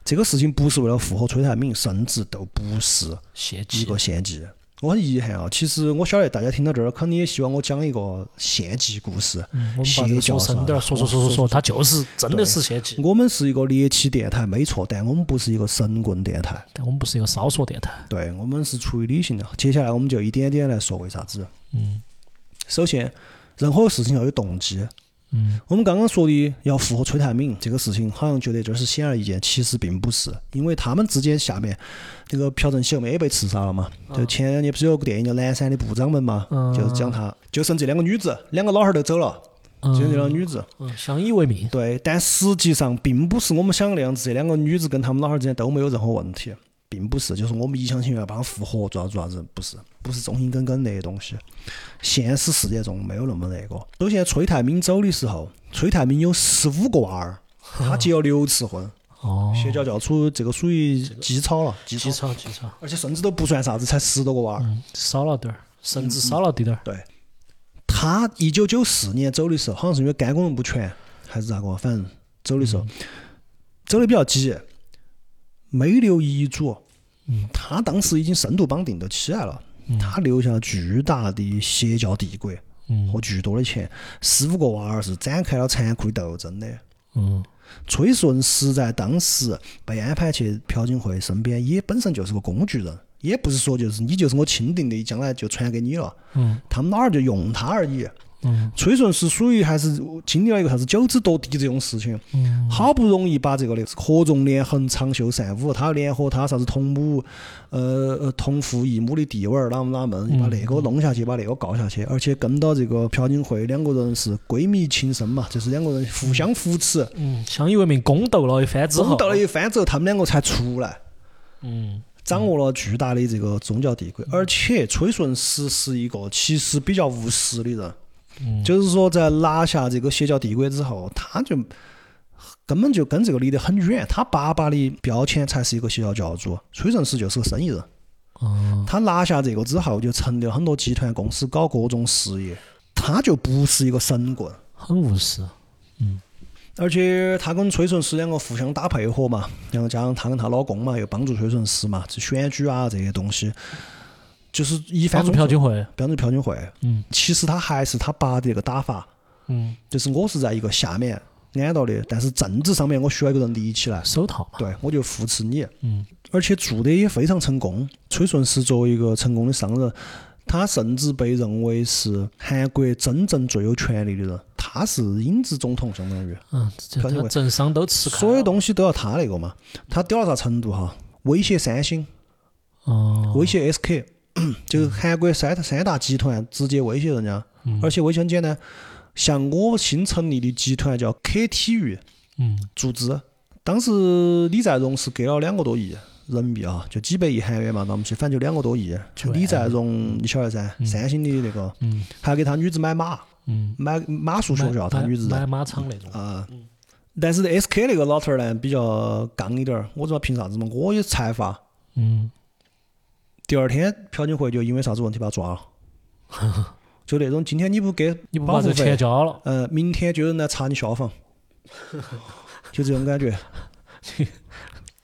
A: 这个事情不是为了符合崔泰明，甚至都不是
B: 献
A: 一
B: 祭
A: 个献祭。我很遗憾啊，其实我晓得大家听到这儿，肯定也希望我讲一个献祭故事
B: 嗯，我们把这
A: 邪
B: 个
A: 教
B: 说
A: 啥
B: 深点
A: 的。
B: 儿，说说哦说说说，他就是真的是献祭。
A: 我们是一个猎奇电台，没错，但我们不是一个神棍电台。
B: 但我们不是一个骚说电台，
A: 对，我们是出于理性的。接下来我们就一点点来说为啥子。嗯，首先，任何事情要有动机。嗯，我们刚刚说的要符合崔泰敏这个事情，好像觉得这是显而易见，其实并不是，因为他们之间下面这个朴正熙后面也被刺杀了嘛。就前两年不是有个电影叫《南山的部长们》嘛，就是讲他，就剩这两个女子，两个老汉儿都走了，就剩这两个女子。
B: 嗯，相依为命。
A: 对，但实际上并不是我们想的那样子，这两个女子跟他们老汉儿之间都没有任何问题，并不是，就是我们一厢情愿要把她复活，做啥子做啥子，不是，不是忠心耿耿那些东西。现实世界中没有那么那个。首先，崔泰敏走的时候，崔泰敏有十五个娃儿，他结了六次婚，
B: 哦，
A: 邪教教主这个属于基操了， 基
B: 机
A: 操，
B: 场机场，
A: 而且甚至都不算啥子，才十多个娃儿。
B: 嗯，少了点儿，甚至少了滴点儿。
A: 对，他一九九四年走的时候，好像是因为肝功能不全还是咋个，反正走的时候、走的比较急，没留遗嘱。嗯，他当时已经深度绑定到起来了，他留下了巨大的邪教帝国
B: 嗯
A: 和巨多的钱，十五个娃儿是展开了残酷的斗争的。
B: 嗯，
A: 崔顺实在当时被安排去朴槿惠身边，也本身就是个工具人，也不是说就是你就是我钦定的，将来就传给你了。
B: 嗯，
A: 他们哪儿就用他而已。
B: 嗯，
A: 崔顺是属于还是经历了一个啥子九子夺嫡这种事情，
B: 嗯，
A: 好不容易把这个的合纵连横、长袖善舞，他联合他啥子同母、呃呃同父异母的弟娃儿哪们哪们，
B: 嗯
A: 把那个弄下去，把那个告下去，而且跟到这个朴槿惠两个人是闺蜜情深嘛，就是两个人互相扶持。
B: 嗯，相依为命，宫斗了一番之后，
A: 争斗了一番之后，他们两个才出来，
B: 嗯，
A: 掌握了巨大的这个宗教帝国。而且崔顺实是一个其实比较务实的人，
B: 嗯
A: 就是说在拿下这个邪教帝国之后，他就根本就跟这个离得很远。他爸爸的标签才是一个邪教教主，崔顺实就是个生意人。
B: 哦，
A: 他拿下这个之后，就成立了很多集团公司，搞各种事业。他就不是一个神棍，
B: 很务实。
A: 而且她跟崔顺实两个互相打配合嘛，然后加上她跟她老公嘛，又帮助崔顺实嘛，这选举啊这些东西，就是一
B: 帮
A: 番
B: 助朴槿惠，
A: 帮助朴槿惠。
B: 嗯，
A: 其实她还是她爸的那个打法，
B: 嗯，
A: 就是我是在一个下面安到的，但是政治上面我需要一个人立起来，
B: 手套嘛，
A: 对我就扶持你。
B: 嗯，
A: 而且做的也非常成功。崔顺实作为一个成功的商人，他甚至被认为是韩国真正最有权力的人，他是影子总统，相当于。
B: 嗯，这
A: 朴槿
B: 他
A: 惠
B: 政商都吃开了，
A: 所有东西都要他那个嘛。他屌到啥程度哈？威胁三星，
B: 哦，
A: 威胁 SK，、就是韩国三三大集团直接威胁人家，
B: 嗯
A: 而且威胁很简单，像我新成立的集团叫 K 体育
B: 嗯，
A: 注资，当时李在镕是给了两个多亿。人民币啊，就几百亿韩元嘛，那我们去，反正就两个多亿。李在镕，你晓得噻，三星的那个，还给他女子买马，
B: 嗯
A: 买马术学校，他
B: 买
A: 女子
B: 买马场那种，
A: 啊。但是 SK 那个老头儿呢，比较刚一点儿，我知道凭啥子嘛，我也财阀。
B: 嗯，
A: 第二天，朴槿惠就因为啥子问题把他抓了，就那种今天你不给
B: 你不
A: 保
B: 把
A: 护
B: 这个钱
A: 费，
B: 交了，
A: 呃，明天就有人来查你消 防，就这种感觉。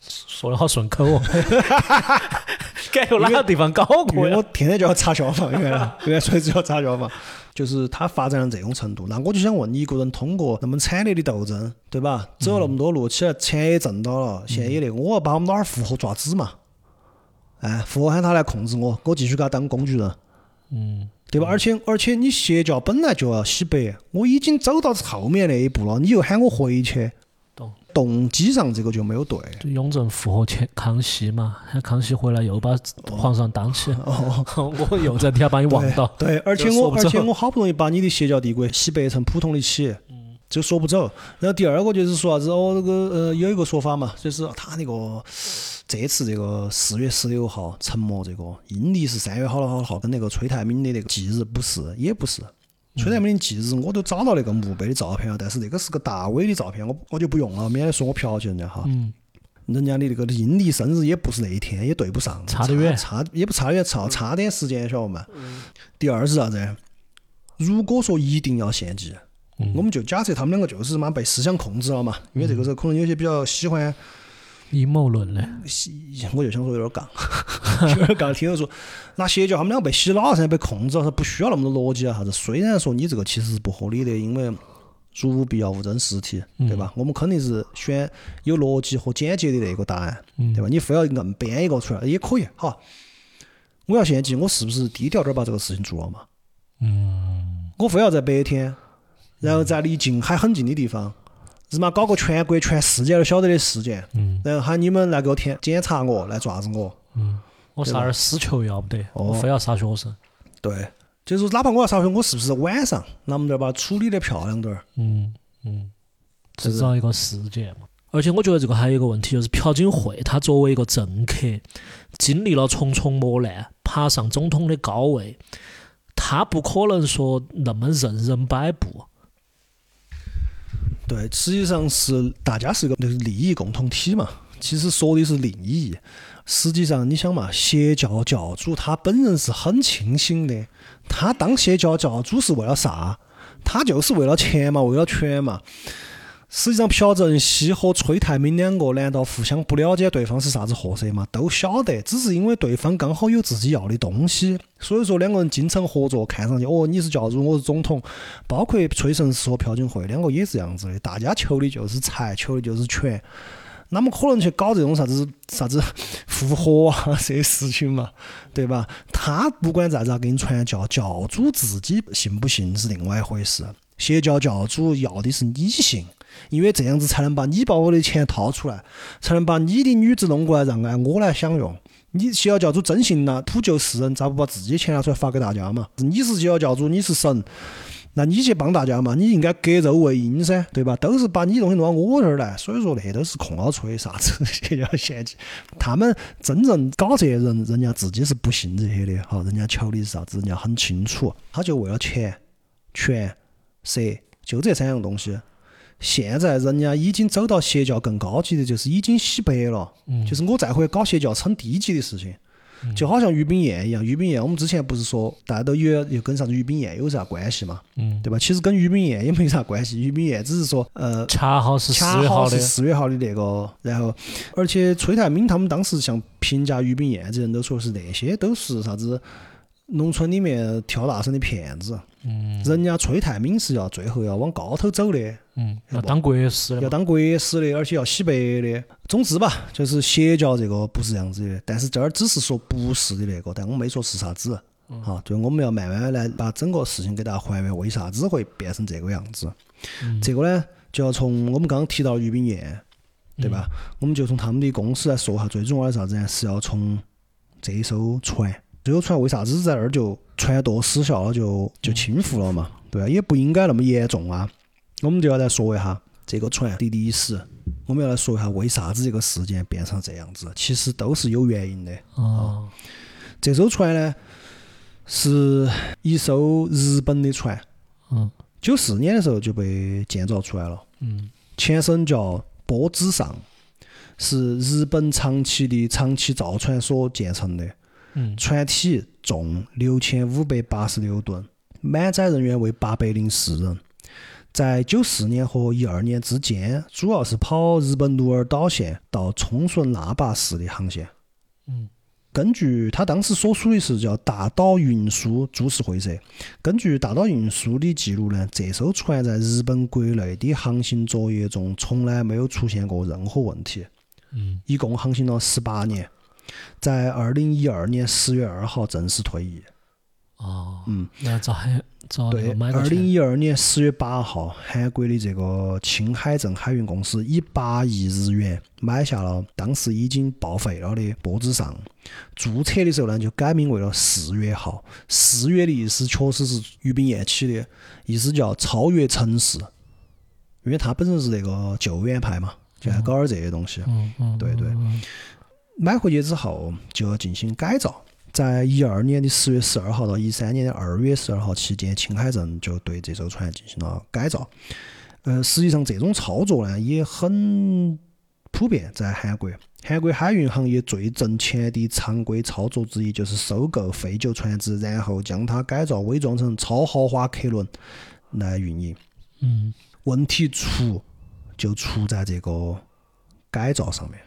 B: 说的好顺口哦。 该有哪个地方搞
A: 因
B: 过
A: 为
B: 呀
A: 我？天天就要查消防原来原来随时要查消防，就是它发展到这种程度。那我就想问你，一个人通过那么惨烈的斗争，对吧？走了那么多路，起来钱也挣到了，现在也那个，我要把我们老汉儿复活抓子嘛，哎，复活喊他来控制我，我继续给他当工具人，
B: 嗯，
A: 对吧？而且而且你邪教本来就要洗白，我已经走到后面那一步了，你又喊我回去，
B: 懂。
A: 动机上这个就没有 对。
B: 就雍正复活前康熙嘛，他康熙回来又把皇上当起，我又在底下把你忘到。
A: 哦对，而且
B: 这
A: 我
B: 说不
A: 而
B: 走
A: 且我好不容易把你的邪教帝国洗白成普通的起，
B: 嗯
A: 就说不走。然后第二个就是说啥子哦，这个呃有一个说法嘛，就是他那个这次这个四月十六号沉没这个阴历是三月好了好了好，跟那个崔泰敏的那个忌日不是也不是。崔泰敏的忌日我都找到那个墓碑的照片了，但是那个是个大 V 的照片，我我就不用了，免得说我剽窃人家哈。
B: 嗯，
A: 人家的那个阴历生日也不是那一天，也对不上，
B: 差得远
A: 差也不差得远，差差点时间，晓得嘛？第二是啥子？如果说一定要献祭，
B: 嗯
A: 我们就假设他们两个就是嘛被思想控制了嘛，因为这个时候可能有些比较喜欢，
B: 阴谋论嘞，
A: 喜我就想说有点杠， 有点杠。听着说，那邪教他们两个被洗脑了噻，被控制了，他不需要那么多逻辑啊啥子。虽然说你这个其实是不合理的，因为如无必要，勿争实体，对吧？我们肯定是选有逻辑和简洁的那个答案，对吧？你非要硬编一个出来也可以哈。我要献祭，我是不是低调点儿把这个事情做了嘛？嗯，我非要在白天，然后在离近还很近的地方，日妈搞个全国全世界都晓得的事件，嗯，然后喊你们来给我填检查我，来抓子我，
B: 我杀点死囚要不得，
A: 哦
B: 我非要杀学生。
A: 对，就是说哪怕我要杀回，我是不是晚上，那我们就把它处理得漂亮点儿？
B: 嗯，嗯，制造一个事件嘛。而且我觉得这个还有一个问题，就是朴槿惠她作为一个政客，经历了重重磨难，爬上总统的高位，她不可能说那么任人摆布。
A: 对，实际上是大家是一个就是利益共同体嘛。其实说的是利益，实际上你想嘛，邪教教主他本人是很清醒的，他当邪教教主是为了啥？他就是为了钱嘛，为了权嘛。实际上，朴正熙和崔泰敏两个难道互相不了解对方是啥子货色吗？都晓得，只是因为对方刚好有自己要的东西，所以说两个人经常合作，看上去哦，你是教主，我是总统，包括崔胜实和朴槿惠两个也是这样子的，大家求的就是财，求的就是权，哪么可能去搞这种啥子啥子 复活啊 这些事情嘛，对吧？他不管咋子啊给你传教，教主自己信不信是另外一回事，邪教教主要的是你信。因为这样子才能把你把我的钱掏出来，才能把你的女子弄过来，让俺我来享用。你邪教教主真信了，普救世人，咋不把自己的钱拿出来发给大家嘛？你是邪教教主，你是神，那你去帮大家嘛，你应该割肉喂鹰噻，对吧？都是把你东西弄到我这儿来，所以说那都是空了吹，啥子 邪教献祭，他们真正搞这些人，人家自己是不信这些的，哈，人家求的是啥子，人家很清楚，他就为了钱、权、色，就这三样东西。现在人家已经走到邪教更高级的，就是已经洗白了，就是我再会搞邪教称低级的事情。就好像于炳彦一样，于炳彦，我们之前不是说大家都以为又跟啥子于炳彦有啥关系嘛，
B: 嗯
A: 对吧？其实跟于炳彦也没啥关系，于炳彦只是说，呃，
B: 恰好是四
A: 恰
B: 月
A: 好
B: 号
A: 是
B: 的，
A: 四月号的那个，然后，而且崔泰敏他们当时像评价于炳彦这人都说是那些都是啥子农村里面跳大神的骗子，
B: 嗯
A: 人家崔泰敏是要最后要往高头走的，
B: 嗯，要当国师
A: 要
B: 的嘛。
A: 当国师的，而且要洗白的。总之吧，就是邪教这个不是这样子的，但是这儿只是说不是的那个，但我没说是啥子。
B: 嗯
A: 好，就我们要慢慢来把整个事情给大家还原，为啥子会变成这个样子？
B: 嗯
A: 这个呢，就要从我们刚刚提到于炳彦，对吧？
B: 嗯
A: 我们就从他们的公司来说哈，最重要的是啥子呢？是要从这一艘船，这艘船为啥子在那儿就船舵失效了就
B: 嗯
A: 就倾覆了嘛？对吧？也不应该那么严重啊。我们就要来说一下这个船的历史，我们要来说一下为啥子这个事件变成这样子，其实都是有原因的。
B: 哦，
A: 这艘船呢，是一艘日本的船，
B: 嗯
A: 九四年的时候就被建造出来了，
B: 嗯
A: 前身叫波之上，是日本长崎的长崎造船所建成的，
B: 嗯
A: 船体重六千五百八十六吨，满载人员为八百零四人。在九四年和一二年之间，主要是跑日本鹿儿岛线到冲绳那霸市的航线。
B: 嗯，
A: 根据他当时所属的是叫大岛运输株式会社。根据大岛运输的记录呢，这艘船在日本国内的航行作业中从来没有出现过任何问题。
B: 嗯，
A: 一共航行了十八年，在二零一二年十月二号正式退役。
B: 哦，嗯，那遭海遭哦那
A: 对
B: 个，买
A: 二
B: 个
A: 零
B: 钱，
A: 一二年十月八号，韩国的这个青海镇海运公司以八亿日元买下了当时已经报废了的波子上。注册的时候呢，就改名为了四月号。四月的意思确实是俞炳彦起的，意思叫超越城市，因为他本身是那个救援派嘛，就爱搞点这些东西。
B: 嗯嗯，
A: 对对
B: 嗯
A: 买回去之后就要进行改造。在一二年的十月十二号到一三年的二月十二号期间，青海镇就对这艘船进行了改造。呃，实际上这种操作呢也很普遍在韩国。韩国海运行业最挣钱的常规操作之一就是收购废旧船只，然后将它改造伪装成超豪华客轮来运营。
B: 嗯，
A: 问题出就出在这个改造上面。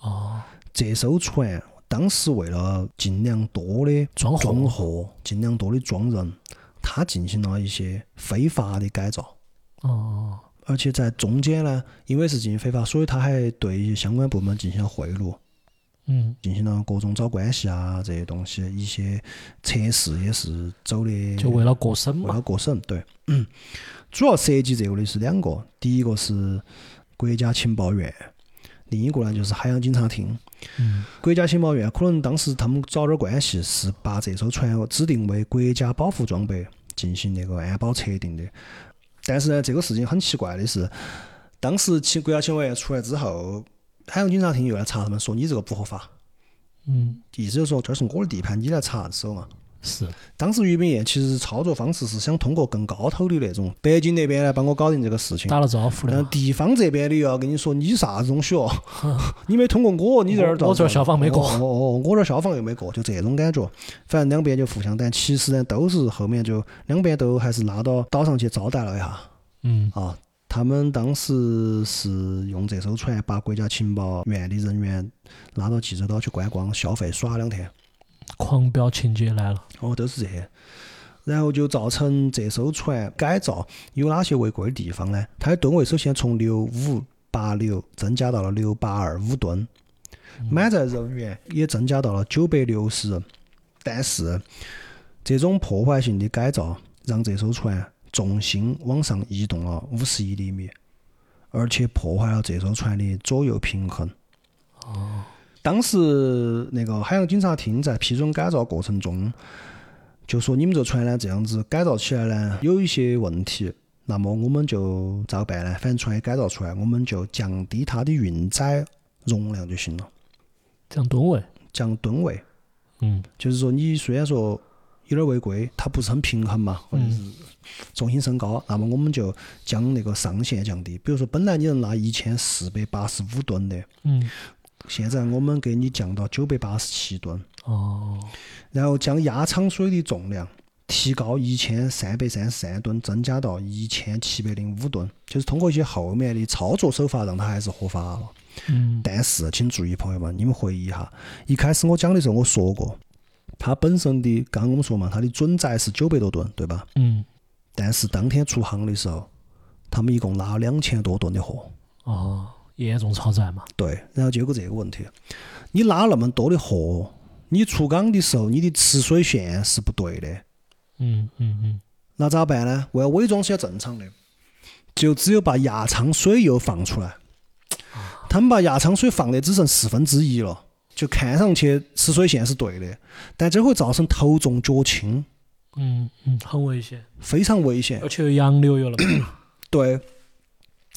B: 哦，
A: 这艘船当时为了尽量多的
B: 装货
A: 装货，尽量多的装人，它进行了一些非法的改造。
B: 哦，
A: 而且在中间呢，因为是进行非法，所以他还对一些相关部门进行了贿赂，
B: 嗯，
A: 进行了各种找关系啊这些东西，一些测试也是走的
B: 就为了过审
A: 为
B: 嘛
A: 了，过审，对， 主要涉及这个的是两个，第一个是国家情报院，另一个呢就是海洋警察厅。
B: 嗯，
A: 国家情报院可能当时他们找点关系，是把这艘船指定为国家保护装备进行那个安保测定的。但是呢，这个事情很奇怪的是，当时情国家情报院出来之后，海洋警察厅又来查他们，说你这个不合法，
B: 嗯，
A: 意思就是说这是我的地盘，你来查收嘛。
B: 是，
A: 当时俞炳彦其实操作方式是想通过更高头的那种，北京那边来帮我搞定这个事情，
B: 打了招呼的
A: 但
B: 嘛。
A: 地方这边的又要跟你说你啥子东 西哦，你没通过我，你这儿
B: 我我这儿消防没过
A: 哦哦哦，我这儿消防又没过，就这种感觉。反正两边就互相，但其实呢，都是后面就两边都还是拉到岛上去招待了一下
B: 嗯，
A: 啊。他们当时是用这艘船把国家情报院的人员拉到济州岛去观光、消费、耍两天。
B: 狂飙情节来了。
A: 哦，都是这些。然后就造成这艘船改造有哪些违规的地方呢？它的吨位首先从六五八六增加到了六八二五吨，满载人员也增加到了九百六十人。但是这种破坏性的改造让这艘船重心往上移动了五十一厘米，而且破坏了这艘船的左右平衡。当时那个海洋警察厅在批准改造过程中，就说你们这船呢这样子改造起来呢有一些问题，那么我们就咋个办呢？反正船也改造出来，我们就降低它的运载容量就行了，
B: 降吨位，
A: 降吨位。
B: 嗯，
A: 就是说你虽然说有点违规，它不是很平衡嘛，或者是重心升高，那么我们就将那个上限降低。比如说本来你能拿一千四百八十五吨的，
B: 嗯，
A: 现在我们给你降到九百八十七吨。
B: 哦，
A: 然后将压舱水的重量提高一千三百三十三吨，增加到一千七百零五吨，就是通过一些后面的操作手法让它还是合法了。
B: 嗯，
A: 但是，请注意，朋友们，你们回忆一下，一开始我讲的时候我说过，它本身的，刚刚我们说嘛，它的准载是九百多吨，对吧？
B: 嗯，
A: 但是当天出航的时候，他们一共拉了两千多吨的货。
B: 哦，严重超载嘛。
A: 对，然后就有个这个问题，你拉那么多的货，你出港的时候，你的吃水线是不对的。
B: 嗯嗯嗯，
A: 那咋办呢？为了伪装些正常的，就只有把压舱水又放出来。他们把压舱水放的只剩四分之一了，就看上去吃水线是对的，但这会造成头重脚轻，
B: 嗯嗯，很危险，
A: 非常危险
B: 而。且有洋流 有了嘛，
A: 对，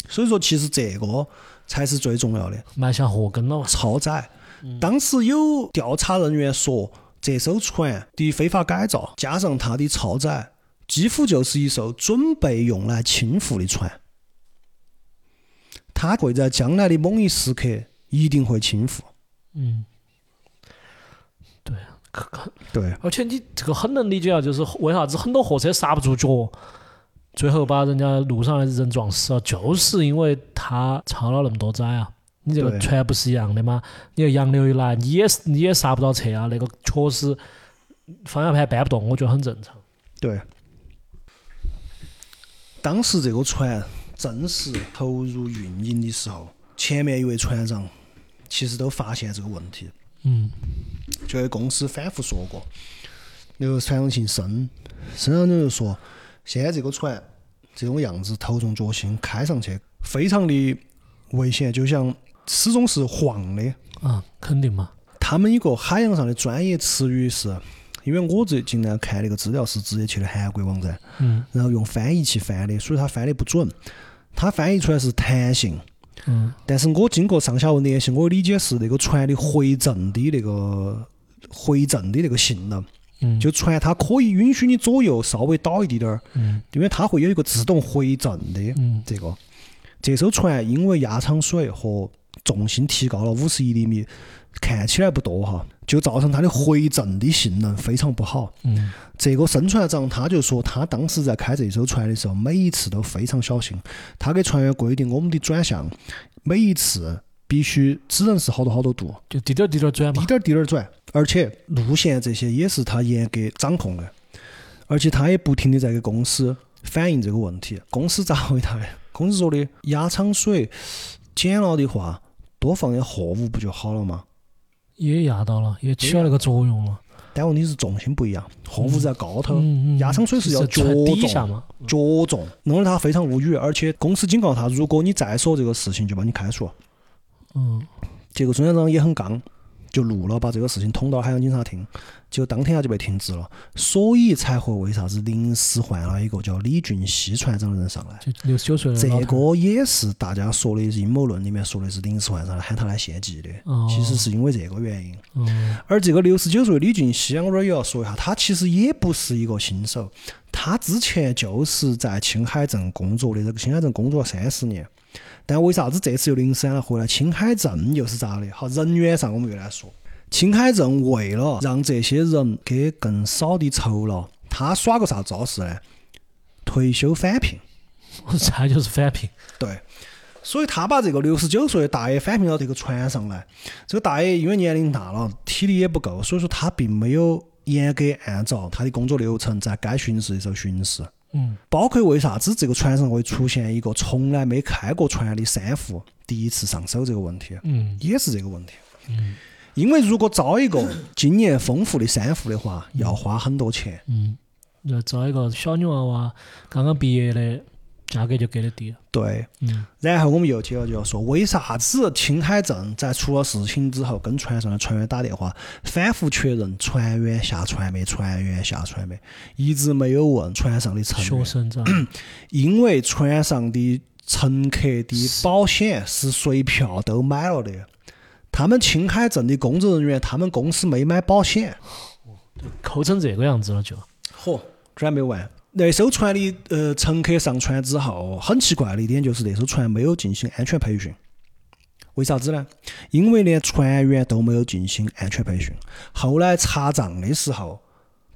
A: 所以说其实这个才是最重要的。
B: 埋下祸根了嘛。
A: 超载。当时有调查人员说，这艘船的非法改造加上它的超载，几乎就是一艘准备用来倾覆的船。它会在将来的某一时刻一定会倾覆。
B: 嗯，对，可可
A: 对，
B: 而且你这个很能理解啊，就是为啥子很多货车刹不住脚，最后把人家路上的人撞死了，就是因为他超了那么多载啊。你这个
A: 对
B: 船不是一样的吗？你看洋流一来，你也是你也刹不到车啊，那个确实方向盘搬不动，我觉得很正常。
A: 对，当时这个船正式投入运营的时候，前面一位船长其实都发现这个问题，
B: 嗯，
A: 就给公司反复说过。那个船长姓申，申长就说，现在这个船这种样子头重脚轻，开上去非常的危险，就像始终是晃的。
B: 啊，肯定嘛。
A: 他们一个海洋上的专业词语是，因为我最近呢看那个资料是直接去的韩国网站，
B: 嗯
A: 然后用翻译器翻的，所以它翻的不准，它翻译出来是弹性。
B: 嗯
A: 但是我经过上下文联系，我理解是那个船的回正的那个回正的那个性能，
B: 嗯，
A: 就船它可以允许你左右稍微倒一滴点儿，
B: 嗯
A: 因为它会有一个自动回正的
B: 嗯
A: 这个。这艘船因为压舱水和重心提高了五十一厘米，看起来不多哈，就造成它的回正的性能非常不好。
B: 嗯
A: 这个申船长他就说，他当时在开这艘船的时候，每一次都非常小心。他给船员规定，我们的转向每一次必须只能是好多好多度，
B: 就滴点儿滴点儿转嘛
A: 滴。点儿滴点儿转，而且路线这些也是他严格掌控的，而且他也不停的在给公司反映这个问题。公司咋回答的？ 公司说的压舱水减了的话，多放点货物不就好了吗？
B: 也压到了，也起了那个作用了。嗯
A: 但问题是重心不一样，货物在高头，
B: 嗯嗯，
A: 嗯压舱水是
B: 是
A: 要脚
B: 船底
A: 重
B: 下嘛。
A: 着重，弄得他非常无语，而且公司警告他，如果你再说这个事情，就把你开除。
B: 嗯
A: 结果孙院长也很刚，就录了，把这个事情捅到海洋警察厅，结果当天他就被停职了，所以才会为啥子临时换了一个叫李俊熙船长的人上来。
B: 就六十九岁的
A: 这
B: 老头
A: 个 也是大家说的阴谋论里面说的是临时换上来喊他来献祭的
B: 哦，
A: 其实是因为这个原因。
B: 嗯
A: 而这个六十九岁的李俊熙，我这儿也要说一下，他其实也不是一个新手，他之前就是在青海镇工作的，这个青海镇工作了三十年，但为啥子这次又临时喊他回来？青海镇又是咋的？好，人员上我们又来说，青海镇为了让这些人给更少的酬劳，他耍个啥招式呢？退休返聘。
B: 我猜就是反聘。
A: 对，所以他把这个六十九岁的大爷返聘到这个船上来。这个大爷因为年龄大了，体力也不够，所以说他并没有严格按照他的工作流程在该巡视的时候巡视。
B: 嗯
A: 包括为啥子这个船上会出现一个从来没开过船的三副第一次上手这个问题，
B: 嗯
A: 也是这个问题。因为如果招一个经验丰富的三副的话，要花很多钱。
B: 嗯，要招一个小女娃娃，刚刚毕业的，价格就给的低。
A: 对，
B: 嗯
A: 然后我们又接着就要说，为啥子青海镇在出了事情之后，跟船上的船员打电话，反复确认船员下船没，船员下船没，一直没有问船上的成
B: 学
A: 员，
B: 生长。
A: 因为船上的乘客的保险是随票都买了的，他们青海镇的工作人员，他们公司没买保险。
B: 抠成这个样子了就。
A: 嚯，居然没完！那艘船的呃乘客上船之后，很奇怪的一点就是那艘船没有进行安全培训。为啥子呢？因为连船员都没有进行安全培训。后来查账的时候，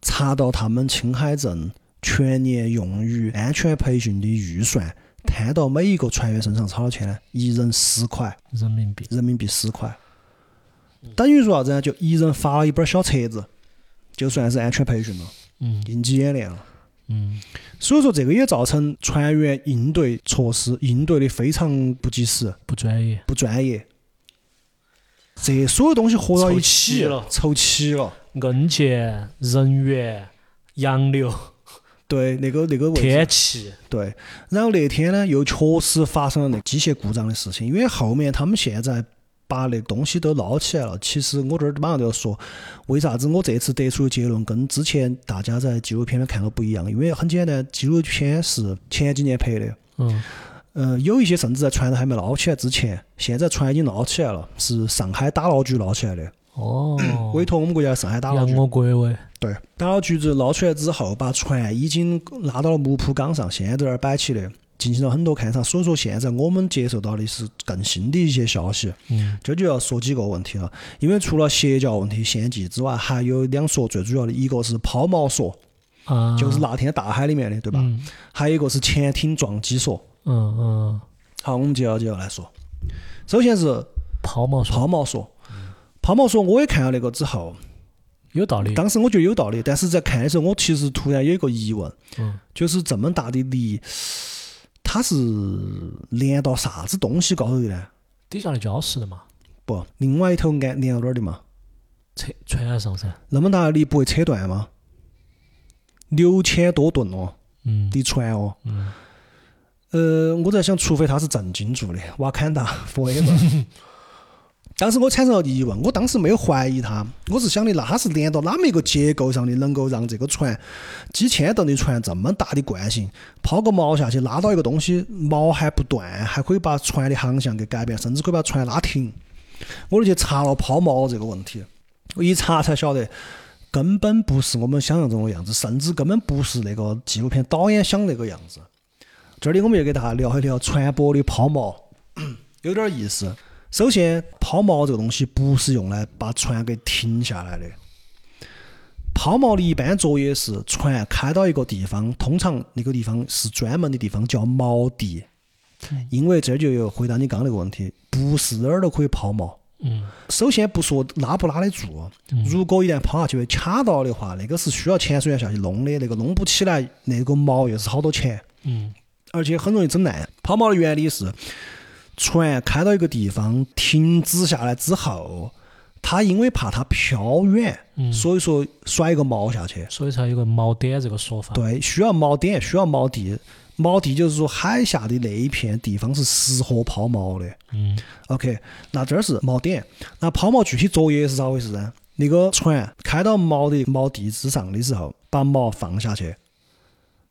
A: 查到他们青海镇全年用于安全培训的预算，摊到每一个船员身上多少钱呢？一人十块。
B: 人民币，
A: 人民币十块，等于说啥子呢？就一人发了一本小册子，就算是安全培训了，
B: 嗯
A: 应急演练了。
B: 嗯
A: 所以说，这个也造成船员应对措施应对的非常不及时、
B: 不专业。
A: 不专业。这所有东西合到一
B: 凑齐
A: 起
B: 了
A: 凑齐了。
B: 硬件、人员、洋流、
A: 对，那个那个位置
B: 天气，
A: 对，然后那天呢，又确实发生了那机械故障的事情，因为后面他们现在把那东西都捞起来了。其实我这儿马上就要说，为啥子我这次得出的结论跟之前大家在纪录片里看到不一样？因为很简单，纪录片是前几年拍的，
B: 嗯
A: 呃，有一些甚至在船都还没捞起来之前，现在船已经捞起来了，是上海打捞局捞起来的，
B: 哦，
A: 委托我们国家上海打捞
B: 扬
A: 局。
B: 我国威，
A: 对，打了橘子捞出来之后，把船已经拉到了木浦港上，现在在那儿摆起的。进行了很多勘察，所以说现在我们接受到的是更新的一些消息。嗯，这就要说几个问题了，因为除了邪教问题、献祭之外，还有两说最主要的，一个是抛锚说，
B: 啊，
A: 就是那天大海里面的，对吧？还有一个是潜艇撞击说。
B: 嗯嗯，
A: 好，我们接着接着来说，首先是
B: 抛锚说
A: 抛锚说，抛锚说我也看了那个之后，
B: 有道理，
A: 当时我觉得有道理，但是在看的时候，我其实突然有一个疑问，
B: 嗯
A: 就是这么大的力，它是连到啥子东西高头的呢？
B: 底下的礁石的嘛，
A: 不，另外一头安连到哪儿的嘛？
B: 扯船岸上噻，
A: 那么大的力不会扯断吗？六千多吨哦
B: 嗯
A: 的船哦，
B: 嗯
A: 呃，我在想，除非他是正经做的，瓦坎达 forever。当时我产生了疑问，我当时没有怀疑他，我是想的，那他是连到哪么一个结构上的，能够让这个船几千吨的船这么大的惯性，抛个锚下去拉到一个东西，锚还不断，还可以把船的航向给改变，甚至可以把船拉停。我就去查了抛锚这个问题，我一查才晓得，根本不是我们想象中的样子，甚至根本不是那个纪录片导演想那个样子。这里我们又给大家聊一聊船舶的抛锚，有点意思。首先，抛锚这个东西不是用来把船给停下来的。抛锚的一般作业是船开到一个地方，通常那个地方是专门的地方叫锚地，因为这就又回答你刚刚那个问题，不是哪儿都可以抛锚。
B: 嗯
A: 首先不说拉不拉得住，如果一旦抛下去被卡到的话，那个是需要潜水员下去弄的，那个弄不起来，那个锚又是好多钱。
B: 嗯
A: 而且很容易整烂。抛锚的原理是，船开到一个地方停止下来之后，它因为怕它飘远，所以说甩一个锚下去。
B: 所以才有个锚点这个说法，
A: 对，需要锚点，需要锚地。锚地就是说海下的那一片地方是适合抛锚的。
B: 嗯
A: OK，那这儿是锚点，那抛锚具体作业是咋回事呢？那个船开到锚的锚地之上的时候，把锚放下去，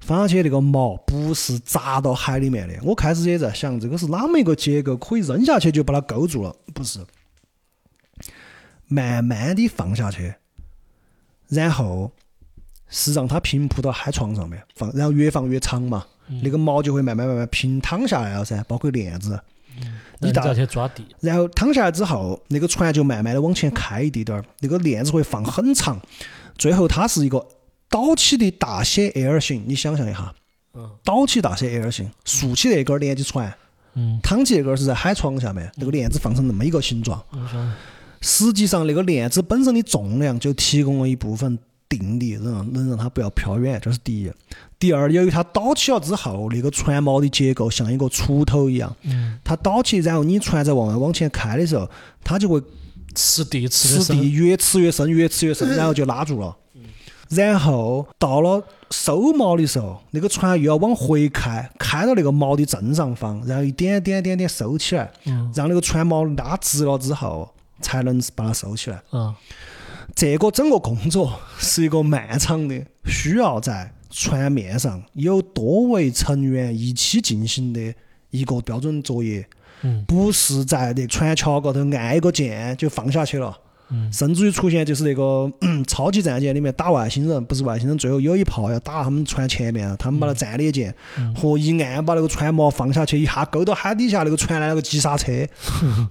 A: 放下去那个锚不是砸到海里面的。我开始也在想，这个是哪么一个结构可以扔下去就把它勾住了？不是，慢慢的放下去，然后是让它平铺到海床上面放，然后越放越长嘛，那个锚就会慢慢慢慢平躺下来了噻，包括链子。你
B: 那你
A: 打
B: 再去抓地，
A: 然后躺下来之后，那个船就慢慢的往前开一滴点儿，那个链子会放很长，最后它是一个倒起的大写 L 型，你想象一下，倒起大写 L 型，竖起那根儿连起船，
B: 嗯，
A: 躺起那根儿是在海床下面，那个链子放成那么一个形状。
B: 嗯我想
A: 实际上，那个链子本身的重量就提供了一部分定力，能能让它不要飘远，这是第一。第二，由于它倒起了之后，那个船锚的结构像一个锄头一样，
B: 嗯
A: 它倒起，然后你船在往外往前开的时候，它就会
B: 吃地吃的
A: 吃地
B: 深，
A: 越吃越深，越吃越深，然后就拉住了。然后到了收锚的时候，那个船又要往回开，开到那个锚的正上方，然后一点点点点收起来，
B: 嗯
A: 让那个船锚拉直了之后，才能把它收起来。
B: 嗯
A: 这个整个工作是一个漫长的，需要在船面上有多位成员一起进行的一个标准作业，
B: 嗯
A: 不是在那船桥高头按一个键就放下去了。
B: 嗯
A: 甚至于出现就是那个、 嗯超级战舰里面打外星人，不是外星人，最后有一炮要打他们船前面，他们把它战列舰
B: 嗯
A: 和一按把那个船锚放下去，一下勾到海底下，那个船来了个急刹车，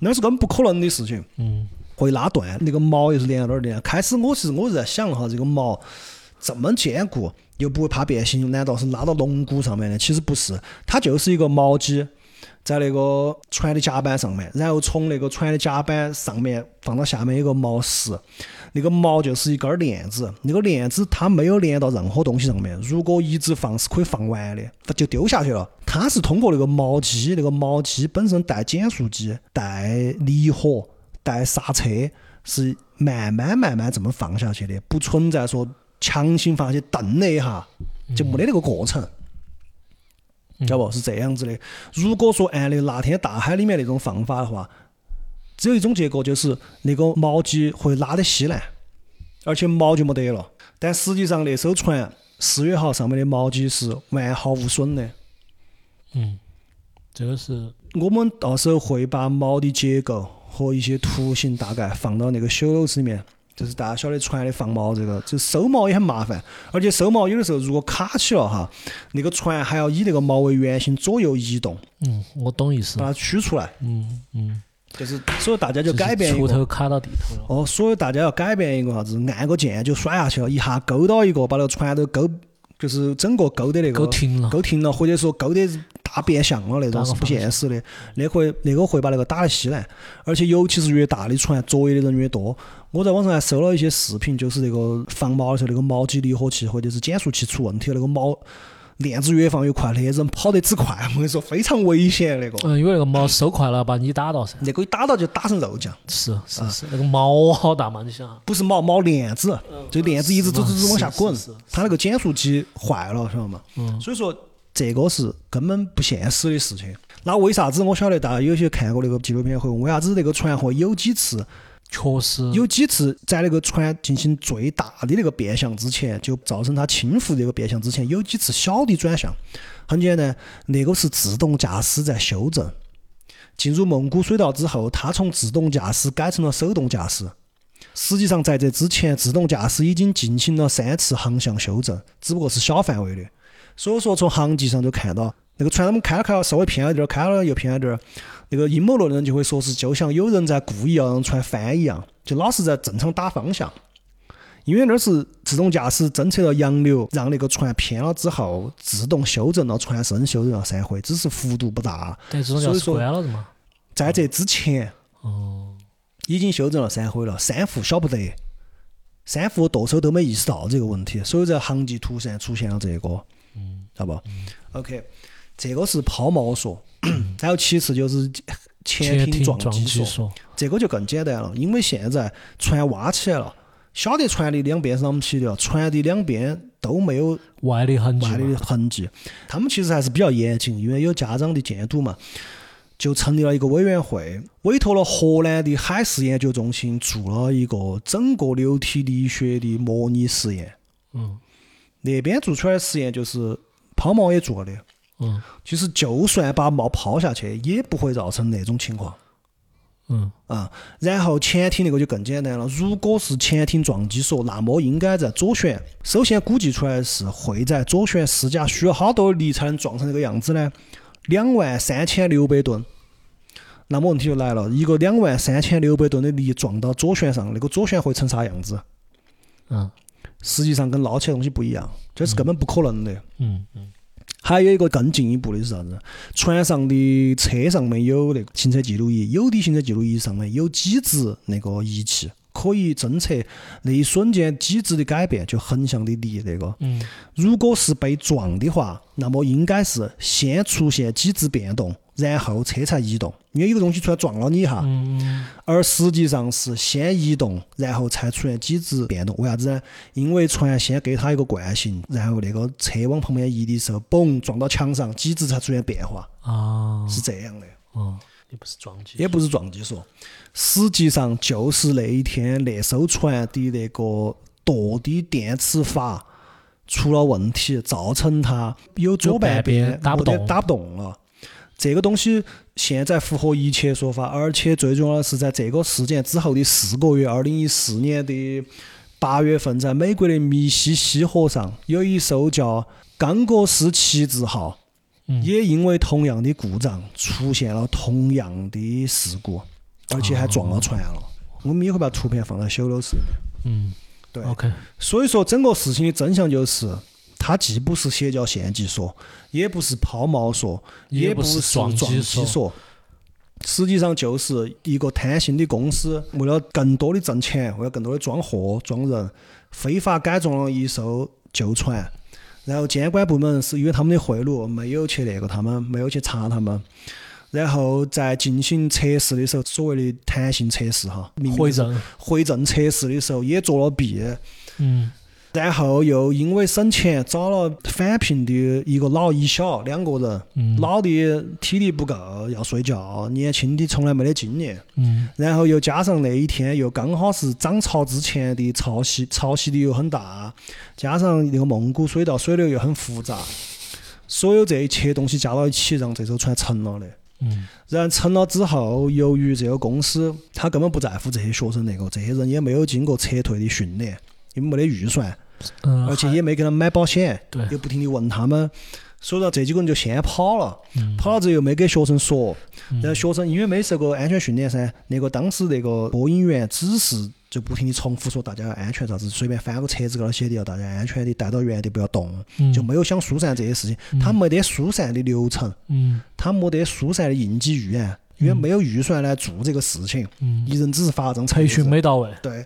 A: 那是根本不可能的事情。
B: 嗯
A: 会拉断，那个毛又是连到哪儿的呢？开始我是我是在想哈，这个毛这么坚固，又不会怕变形，难道是拉到龙骨上面的？其实不是，它就是一个锚机，在那个船的甲板上面，然后从那个船的甲板上面放到下面有个锚石，那个锚就是一根链子，那个链子它没有连到任何东西上面，如果一直放是可以放完的，它就丢下去了。它是通过那个锚机，那个锚机本身带减速机、带离合、带刹车，是慢慢慢慢这么放下去的，不存在说强行放下去蹬了一下，就没得那个过程。晓得不？是这样子的。如果说按那那天大海里面那种放法的话，只有一种结果，就是那个锚机会拉得稀烂，而且锚就没得了。但实际上那艘船四月号上面的锚机是完好无损的。
B: 嗯，这个是
A: 我们到时候会把锚的结构和一些图形大概放到那个 show notes 里面，就是大家晓得船的防锚这个，就收锚也很麻烦，而且收锚有的时候如果卡起了哈，那个船还要以那个锚为圆心左右移动，
B: 嗯，我懂意思
A: 把。它取出来。
B: 嗯嗯，
A: 就是所以大啊家就改变一
B: 锄
A: 个
B: 头卡到地头了。
A: 哦，所以大家要改变一个啥子，按个键就甩下去了，一下勾到一个，把那个船都勾，就是整个勾的那个
B: 勾停了
A: 勾停了，或者说勾的大变向了那种
B: 打个
A: 是不
B: 方向
A: 现实的，那会那个会把那个打得稀烂，而且尤其是越大的船，作业的人越多。我在网上还搜了一些视频，就是那个防锚的时候，那个锚机离合器或者是减速器出问题了，那个锚链子越放越快，那些人跑得之快，我跟你说非常危险那个。
B: 嗯，因为那个毛收快了，把你打到噻。
A: 那个一打到就打成肉酱，
B: 是是是，那个毛好大嘛，你想。
A: 不是锚锚链子，这链子一直
B: 嗯是
A: 走
B: 嘛
A: 走走往下
B: 是
A: 滚
B: 是嗯是，
A: 它那个减速机坏了，晓得吗？所以说这个是根本不现实的事情。那为啥子我晓得大家有些看过那个纪录片会问，为啥子那个船会有几次
B: 确实，
A: 有几次在那个船进行最大的那个变向之前，就造成它倾覆这个变向之前，有几次小的转向。很简单，那个是自动驾驶在修正。进入蒙古水道之后，它从自动驾驶改成了手动驾驶。实际上，在这之前，自动驾驶已经进行了三次航向修正，只不过是小范围的。所以说，从航迹上就看到那个船，我们开了开了，稍微偏了点儿，开了又偏了点儿。那个阴谋论的人就会说是，就像有人在故意要啊让船翻一样，就老是在正常打方向。因为那儿是自动驾驶侦测到洋流，让那个船偏了之后，自动修正了船身，修正了三回，只是幅度不大。
B: 但这种叫
A: 所以
B: 是
A: 说
B: 关了的嘛。
A: 在这之前，
B: 哦，
A: 已经修正了三回了，三副晓不得，三副舵手都没意识到这个问题，所以在航迹突然出现了这个，嗯，好不好、o k 这个是抛锚 说，然后其次就是
B: 潜
A: 潜
B: 艇
A: 艇撞
B: 撞
A: 击
B: 击
A: 说，
B: 说，
A: 这个就更简单了，因为现在船挖起来了，晓得船的两边是啷么起的了，船的两边都没有
B: 外力痕迹
A: 外
B: 嘛
A: 的痕迹。他们其实还是比较严谨，因为有家长的监督嘛，就成立了一个委员会，委托了荷兰的海事研究中心做了一个整个流体力学的模拟实验。
B: 嗯
A: 那边做出来的实验就是抛锚也做的，
B: 嗯
A: 其实就算把锚抛下去，也不会造成那种情况。
B: 嗯，
A: 啊、然后潜艇那个就更简单了。如果是潜艇撞击说，那么应该在左旋。首先估计出来是会在左旋施加，需要好多力才能撞成这个样子呢？两万三千六百吨。那么问题就来了，一个两万三千六百吨的力撞到左旋上，那个左旋会成啥样子？
B: 嗯
A: 实际上跟捞起来的东西不一样，这是根本不可能的。
B: 嗯
A: 还有一个更进一步的是啥子？船上的车上面有那个行车记录仪，有的行车记录仪上面有几只那个仪器，可以侦测那一瞬间几只的改变，就横向的力那个。
B: 嗯，
A: 如果是被撞的话，那么应该是先出现几只变动，然后车才移动，因为有个东西出来撞了你一下，而实际上是先移动，然后才出现几只变动。为啥子呢？因为船先给它一个惯性，然后那个车往旁边移的时候，嘣撞到墙上，机制才出现变化，
B: 啊
A: 是这样的。
B: 哦，也不是撞击，
A: 也不是撞击说，实际上就是那一天那艘船的那个舵的电磁阀出了问题，造成它有左半
B: 有
A: 边
B: 半边打不动
A: 没得打不动了。这个东西现在符合一切说法，而且最重要的是，在这个事件之后的四个月，二零一四年的八月份，在美国的密西西河上有一艘叫“刚果斯旗帜号”，也因为同样的故障出现了同样的事故，而且还撞了船了。我们也会把图片放在修楼室里面。
B: 嗯，
A: 对
B: OK，
A: 所以说，整个事情的真相就是，它既不是邪教献祭说，也不是抛锚说，
B: 也
A: 也
B: 不是
A: 是撞
B: 撞击说
A: 说。实际上就是一个贪心的公司，为了更多的挣钱，为了更多的装货装人，非法改装了一艘旧船，然后监管部门是因为他们的贿赂没有去那个他们，没有去查他们，然后在进行测试的时候，所谓的弹性测试哈，明明
B: 回
A: 是
B: 正，
A: 回正测试的时候也作了弊，
B: 嗯
A: 然后又因为省钱找了返聘的一个老一小两个人，老的体力不够要睡觉，年轻的从来没得经验。
B: 嗯
A: 然后又加上那一天又刚好是涨潮之前的潮汐，潮汐力又很大，加上那个蒙古水道水流又很复杂，所有这一切东西加到一起，让这艘船沉了的。
B: 嗯
A: 然成了之后，由于这个公司他根本不在乎这些学生那个，这些人也没有经过撤退的训练，也没得预算，
B: 嗯，
A: 而且也没给他们买保险，
B: 对
A: 又不停地问他们，所以说这几个人就先跑了，
B: 嗯
A: 跑了之后又没给学生说，然后学生因为没受过安全训练噻，那个当时那个播音员只是就不停地重复说大家要安全啥子，随便翻个车子高头写的要大家安全的待到原地不要动，
B: 嗯
A: 就没有想疏散这些事情，他没得疏散的流程，
B: 嗯
A: 他没得疏散的应急预案，因为没有预算来做这个事情，一人只是发了张
B: 嗯培训
A: 册子
B: 没到位，
A: 对，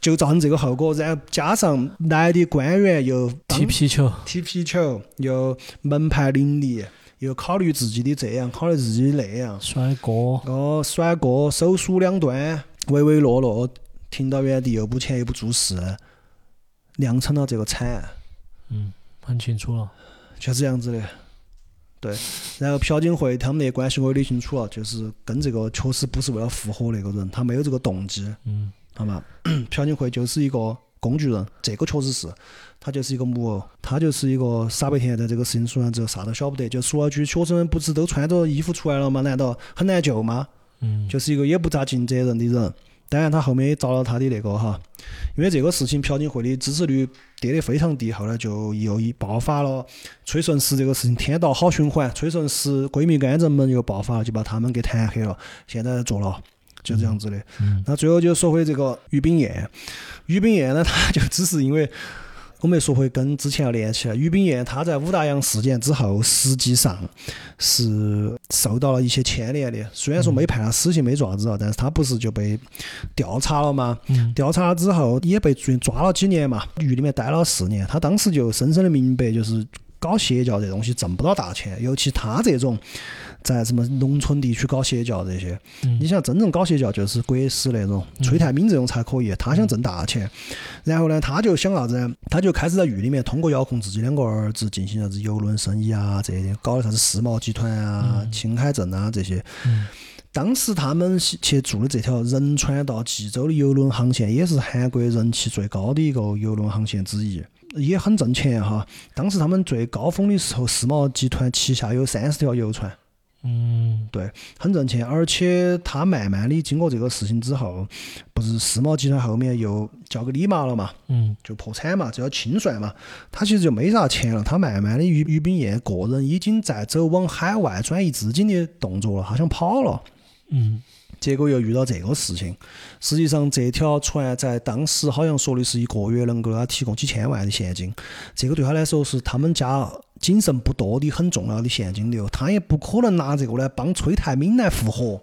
A: 就造成这个后果。然后加上来的官员又当
B: 踢皮球，
A: 踢皮球，又门牌林立，又考虑自己的这样，考虑自己的那样，
B: 摔锅，
A: 哦，甩锅，手鼠两端，唯唯诺诺，停到原地又不前又不做事，酿成了这个惨案。
B: 很清楚了。
A: 就是这样子的。对，然后朴槿惠他们那关系我也理清楚了，就是跟这个确实不是为了复合那个人，他没有这个动机，
B: 嗯，
A: 好吗？ 朴槿惠就是一个工具人，这个确实是，他就是一个木偶，他就是一个傻白甜，在这个事情出来之后啥都晓不得，就说了句学生们不是都穿着衣服出来了吗？难道很难救吗？
B: 嗯，
A: 就是一个也不咋尽责任的人。当然，他后面也遭了他的那个哈，因为这个事情，朴槿惠的支持率跌得非常低，后来就又一爆发了崔顺实这个事情，天道好循环，崔顺实闺蜜干政们又爆发了，就把他们给弹黑了，现在坐牢，就这样子的。那最后就说回这个于炳彦，于炳彦呢，他就只是因为。我们又说回跟之前要连起来，啊于炳彦他在武大阳事件之后，实际上是受到了一些牵连的。虽然说没判他死刑，没做啥子啊，但是他不是就被调查了吗？
B: 嗯
A: 调查了之后也被抓抓了几年嘛，狱里面待了四年。他当时就深深的明白，就是搞邪教这东西挣不到大钱，尤其他这种在什么农村地区搞邪教这些，你想真正搞邪教就是国师那种崔泰敏这种才可以，他想挣大钱。然后呢，他就想啥子呢？他就开始在狱里面通过遥控自己两个儿子进行啥子游轮生意啊，这些搞的啥子世贸集团啊、青海镇啊这些。当时他们去做的这条仁川到济州的邮轮航线，也是韩国人气最高的一个邮轮航线之一，也很挣钱哈。当时他们最高峰的时候，世贸集团旗下有三十条游船，
B: 嗯
A: 对，很挣钱。而且他慢慢的经过这个事情之后，不是世贸集团后面又交给李妈了嘛，
B: 嗯
A: 就破产嘛，这要清算嘛。他其实就没啥钱了，他慢慢的于于炳彦个人已经在走往海外转移资金的动作了，他想跑了。
B: 嗯
A: 结果又遇到这个事情。实际上，这条船在当时好像说的是一个月能够给他提供几千万的现金，这个对他来说是他们家仅剩不多的很重要的现金流，他也不可能拿这个来帮崔泰敏来复合。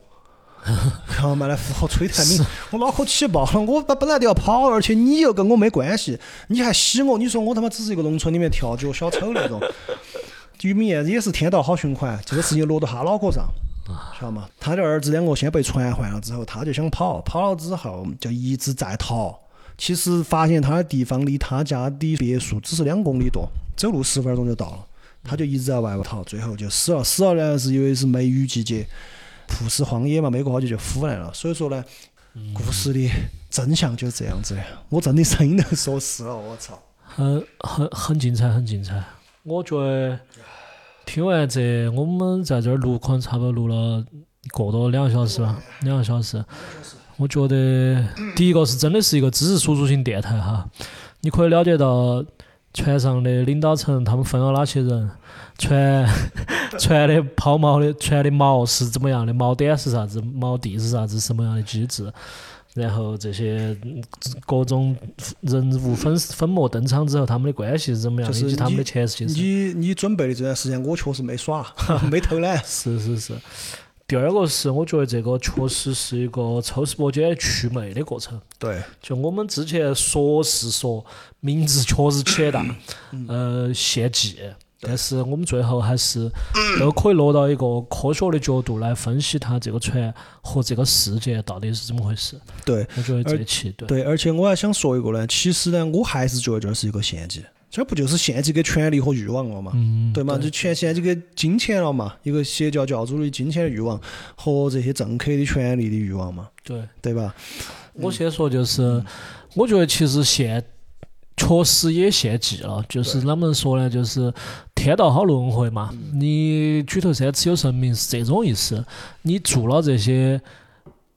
A: 然后嘛，来复合崔泰敏，我脑壳气爆了！我本本来都要跑，而且你又跟我没关系，你还洗我？你说我他妈只是一个农村里面跳脚小丑那种。 于明艳也是天道好循环，这个事情落到他脑壳上，晓得吗？他的儿子两个先被传唤了之后，他就想跑，跑了之后就一直在逃。其实发现他的地方离他家的别墅只是两公里多，走路十分钟就到了。他就一直在外头逃，最后就死了。死了呢，是因为是梅雨季节，曝尸荒野嘛，没过好久就腐烂了。所以说呢，故事的真相就是这样子的。我真的声音都说湿了，我操！
B: 很很很精彩，很精彩。我觉得听完这，我们在这儿录，可能差不多录了一个多两个小时吧，嗯两个小时。我觉得第一个是真的是一个知识输出型电台哈，你可以了解到船上的领导层他们分了哪些人，船 船的抛锚的船的锚是怎么样的，锚点是啥子，锚地是啥子，什么样的机制。然后这些嗯各种人物粉粉墨登场之后，他们的关系是怎么样
A: 就
B: 的，
A: 是
B: 以及他们的
A: 你
B: 前世今生。
A: 你你准备的这段时间，我确实没 耍，没偷懒。
B: 是是是。第二个是，我觉得这个确实是一个抽丝剥茧、祛魅的过程。
A: 对，
B: 就我们之前说是说名字确实起得大，呃，献祭，但是我们最后还是都可以落到一个科学的角度来分析它这个船和这个世界到底是怎么回事。
A: 对，
B: 我觉得这一期对，
A: 呃对，而且我还想说一个呢，其实呢，我还是觉得这是一个献祭，这不就是献祭给权力和欲望了嘛，嗯对嘛？就全献祭给金钱了嘛，一个邪教教主的金钱的欲望和这些政客的权力的欲望嘛，
B: 对
A: 对吧？
B: 我先说就是，我觉得其实现确实也献祭了，就是啷么说呢？就是天道好轮回嘛。
A: 嗯
B: 你举头三尺有神明是这种意思。你做了这些，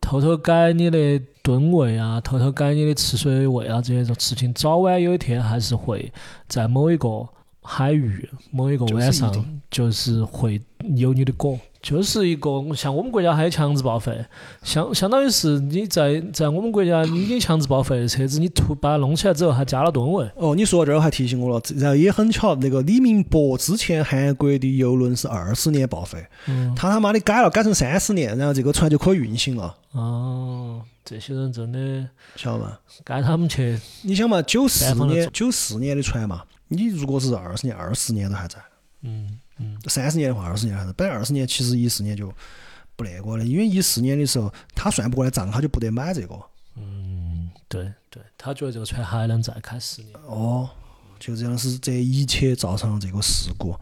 B: 偷偷改你的吨位啊，偷偷改你的吃水位啊，这些事情，早晚有一天还是会在某一个海域、某一个晚上，
A: 就是一
B: 就是会有你的果。就是一个像我们国家还有强制报废，相相当于是你在在我们国家你已经强制报废的车子，你突把它弄起来之后还加了吨位，
A: 哦，你说到这儿还提醒我了，然后也很巧，那个李明博之前韩国的游轮是二十年报废，
B: 嗯，
A: 他他妈的改了，改成三十年，然后这个船就可以运行了，
B: 哦，这些人真的
A: 晓得吗？
B: 该他们去，
A: 你想嘛，九四
B: 单方的
A: 年
B: 走
A: 九四年的船嘛，你如果是二十年，二十年都还在，
B: 嗯嗯，
A: 三十年的话，二十年还在，本来二十年其实一四年就不那个了，因为一四年的时候他算不过来账，他就不得买这个。
B: 对对，他觉得这个船还能再开十年，
A: 哦，就这样是这一切造成了这个事故。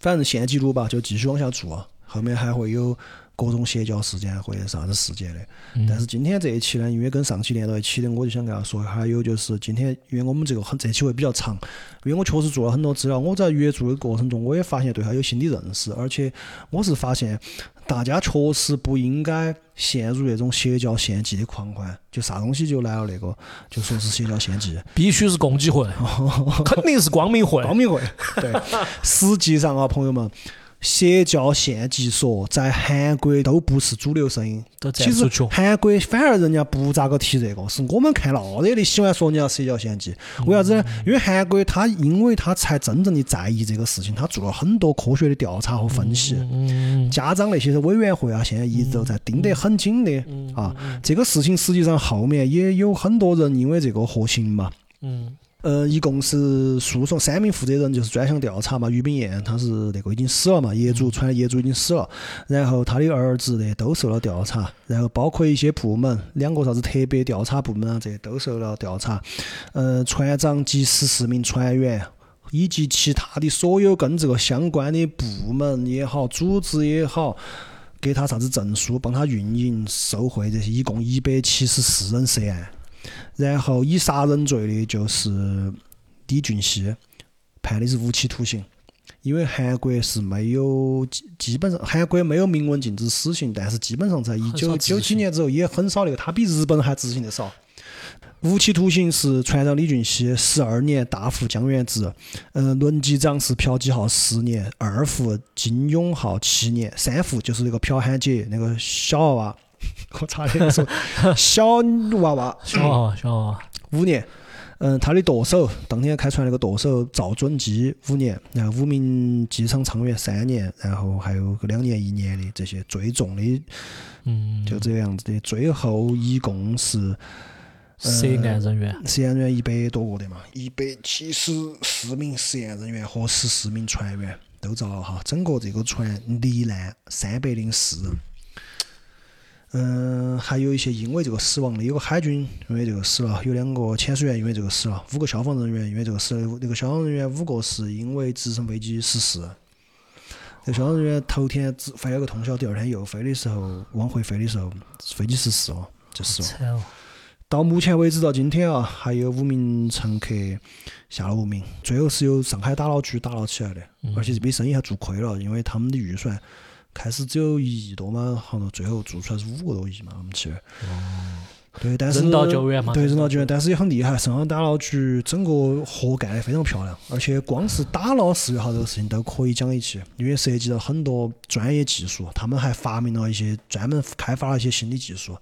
A: 反正现记录吧，就继续往下做，后面还会有各种邪教事件或者啥子事件的。但是今天这一期呢，因为跟上期连到一起的，我就想跟大家说，还有就是今天，因为我们这个很这期会比较长，因为我确实做了很多资料，我在阅读的过程中，我也发现对它有新的认识，而且我是发现大家确实不应该陷入那种邪教献祭的狂欢，就啥东西就来了那个，就说是邪教献祭。
B: 必须是共济会，肯定是光明会，
A: 光 明会。对，实际上啊，朋友们，邪教献祭说在韩国都不是主流声音。
B: 都站
A: 其
B: 出
A: 实
B: 去，
A: 韩国反而人家不咋个提这个，是我们看闹热的喜欢说人家邪教献祭。
B: 嗯
A: 为啥子呢？因为韩国他因为他才真正的在意这个事情，他做了很多科学的调查和分析。
B: 嗯，
A: 家长那些委员会啊，现在一直都在盯得很紧
B: 嗯
A: 的啊。这个事情实际上后面也有很多人因为这个获刑嘛。
B: 嗯
A: 呃，一共是诉讼三名负责人就是专项调查嘛，于炳燕他是那个已经死了嘛，业主川业主已经死了，然后他的儿子呢都受了调查，然后包括一些部门，两个啥子特别调查部门啊，这些都受了调查，呃，船长及十四名船员。以及其他的所有跟这个相关的部门也好、组织也好，给他啥子证书，帮他运营、受贿这些，一共一百七十四人涉案。然后以杀人罪的就是李俊熙，判的是无期徒刑。因为韩国是没有基基本上韩国没有明文禁止死刑，但是基本上在一九
B: 很少执
A: 九
B: 行
A: 几年之后也很少那个，他比日本还执行的少。无期徒刑是船长李俊熙十二年，大副江元直，呃，轮机长是朴基浩十年，二副金永浩七年，三副就是那个朴汉杰那个小娃娃，我差点 说小娃娃
B: 小娃娃小娃娃，
A: 五年。嗯，他的舵手当天开船那个舵手赵准基五年，然后五名机场舱员三年，然后还有个两年一年的这些最重的
B: 嗯，
A: 就这个样子的，最后一共是
B: 涉案人员，
A: 涉案人员一百多个的嘛，一百七十四名涉案人员和十四名船员都遭了哈。整个这个船罹难三百零四人，嗯，还有一些因为这个死亡的，有个海军因为这个死了，有两个潜水员因为这个死了，五个消防人员因为这个死了，那个消防人员五个是因为直升飞机失事。这个消防人员头天只飞了个通宵，第二天又飞的时候，往回飞的时候，飞机失事了，就死了。
B: 惨哦，
A: 到目前为止，到今天啊，还有五名乘客下落不明，最后是由上海打捞局打捞起来的，
B: 嗯
A: 而且这笔生意还做亏了，因为他们的预算开始只有一亿多嘛，好像最后做出来是五个多亿嘛，他们去。对，但是
B: 哦人道救援嘛
A: 对人道救援，但是也很厉害。上海打捞局整个活干得非常漂亮，而且光是打捞四月号这个事情都可以讲一期，因为涉及到很多专业技术，他们还发明了一些专门开发了一些新的技术，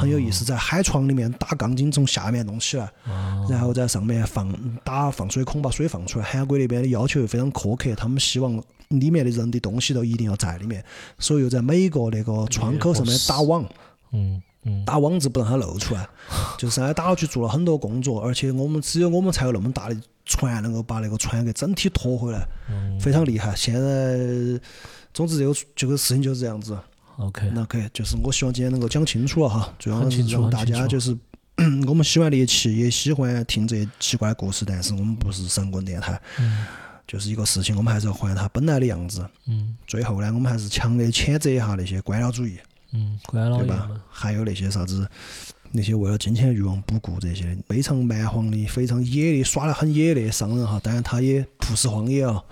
A: 很有意思，在海床里面打钢筋从下面弄起来，
B: 啊
A: 然后在上面放打放水孔把水放出来。韩国那边的要求非常苛刻，他们希望里面的人的东西都一定要在里面，所以又在每个那个窗口上面打网，
B: 嗯嗯，
A: 打网子不让它露出来。就是还打了去做了很多工作，而且我们只有我们才有那么大的船能够把那个船给整体拖回来，非常厉害。现在，总之这个这个事情就是这样子。
B: OK，
A: 那 OK，就是我希望今天能够讲清楚了哈，主要
B: 很
A: 是
B: 清楚
A: 让
B: 很
A: 大
B: 清
A: 家
B: 楚
A: 就是嗯我们喜欢猎奇，也喜欢听这些奇怪的故事，但是我们不是神棍电台，就是一个事情，我们还是要还它本来的样子。
B: 嗯
A: 最后呢，我们还是强烈谴责一下那些官僚主义，
B: 嗯，关老
A: 对
B: 爷
A: 吧
B: 们，？
A: 还有那些啥子那些为了金钱欲望不顾这些非常蛮荒的、非常野的、耍得很野的商人哈，当然他也不是荒野啊，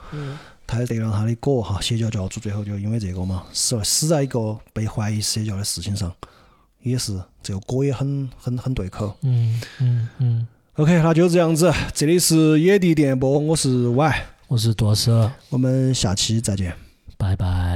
A: 他也得了他的果哈。邪教教主最后就因为这个嘛，死了死在一个被怀疑邪教的事情上，也是这个果也很很很对口。
B: 嗯嗯嗯，
A: OK，那就这样子，这里是野地电波，我是 Y，
B: 我是多舍，
A: 我们下期再见。
B: 拜拜。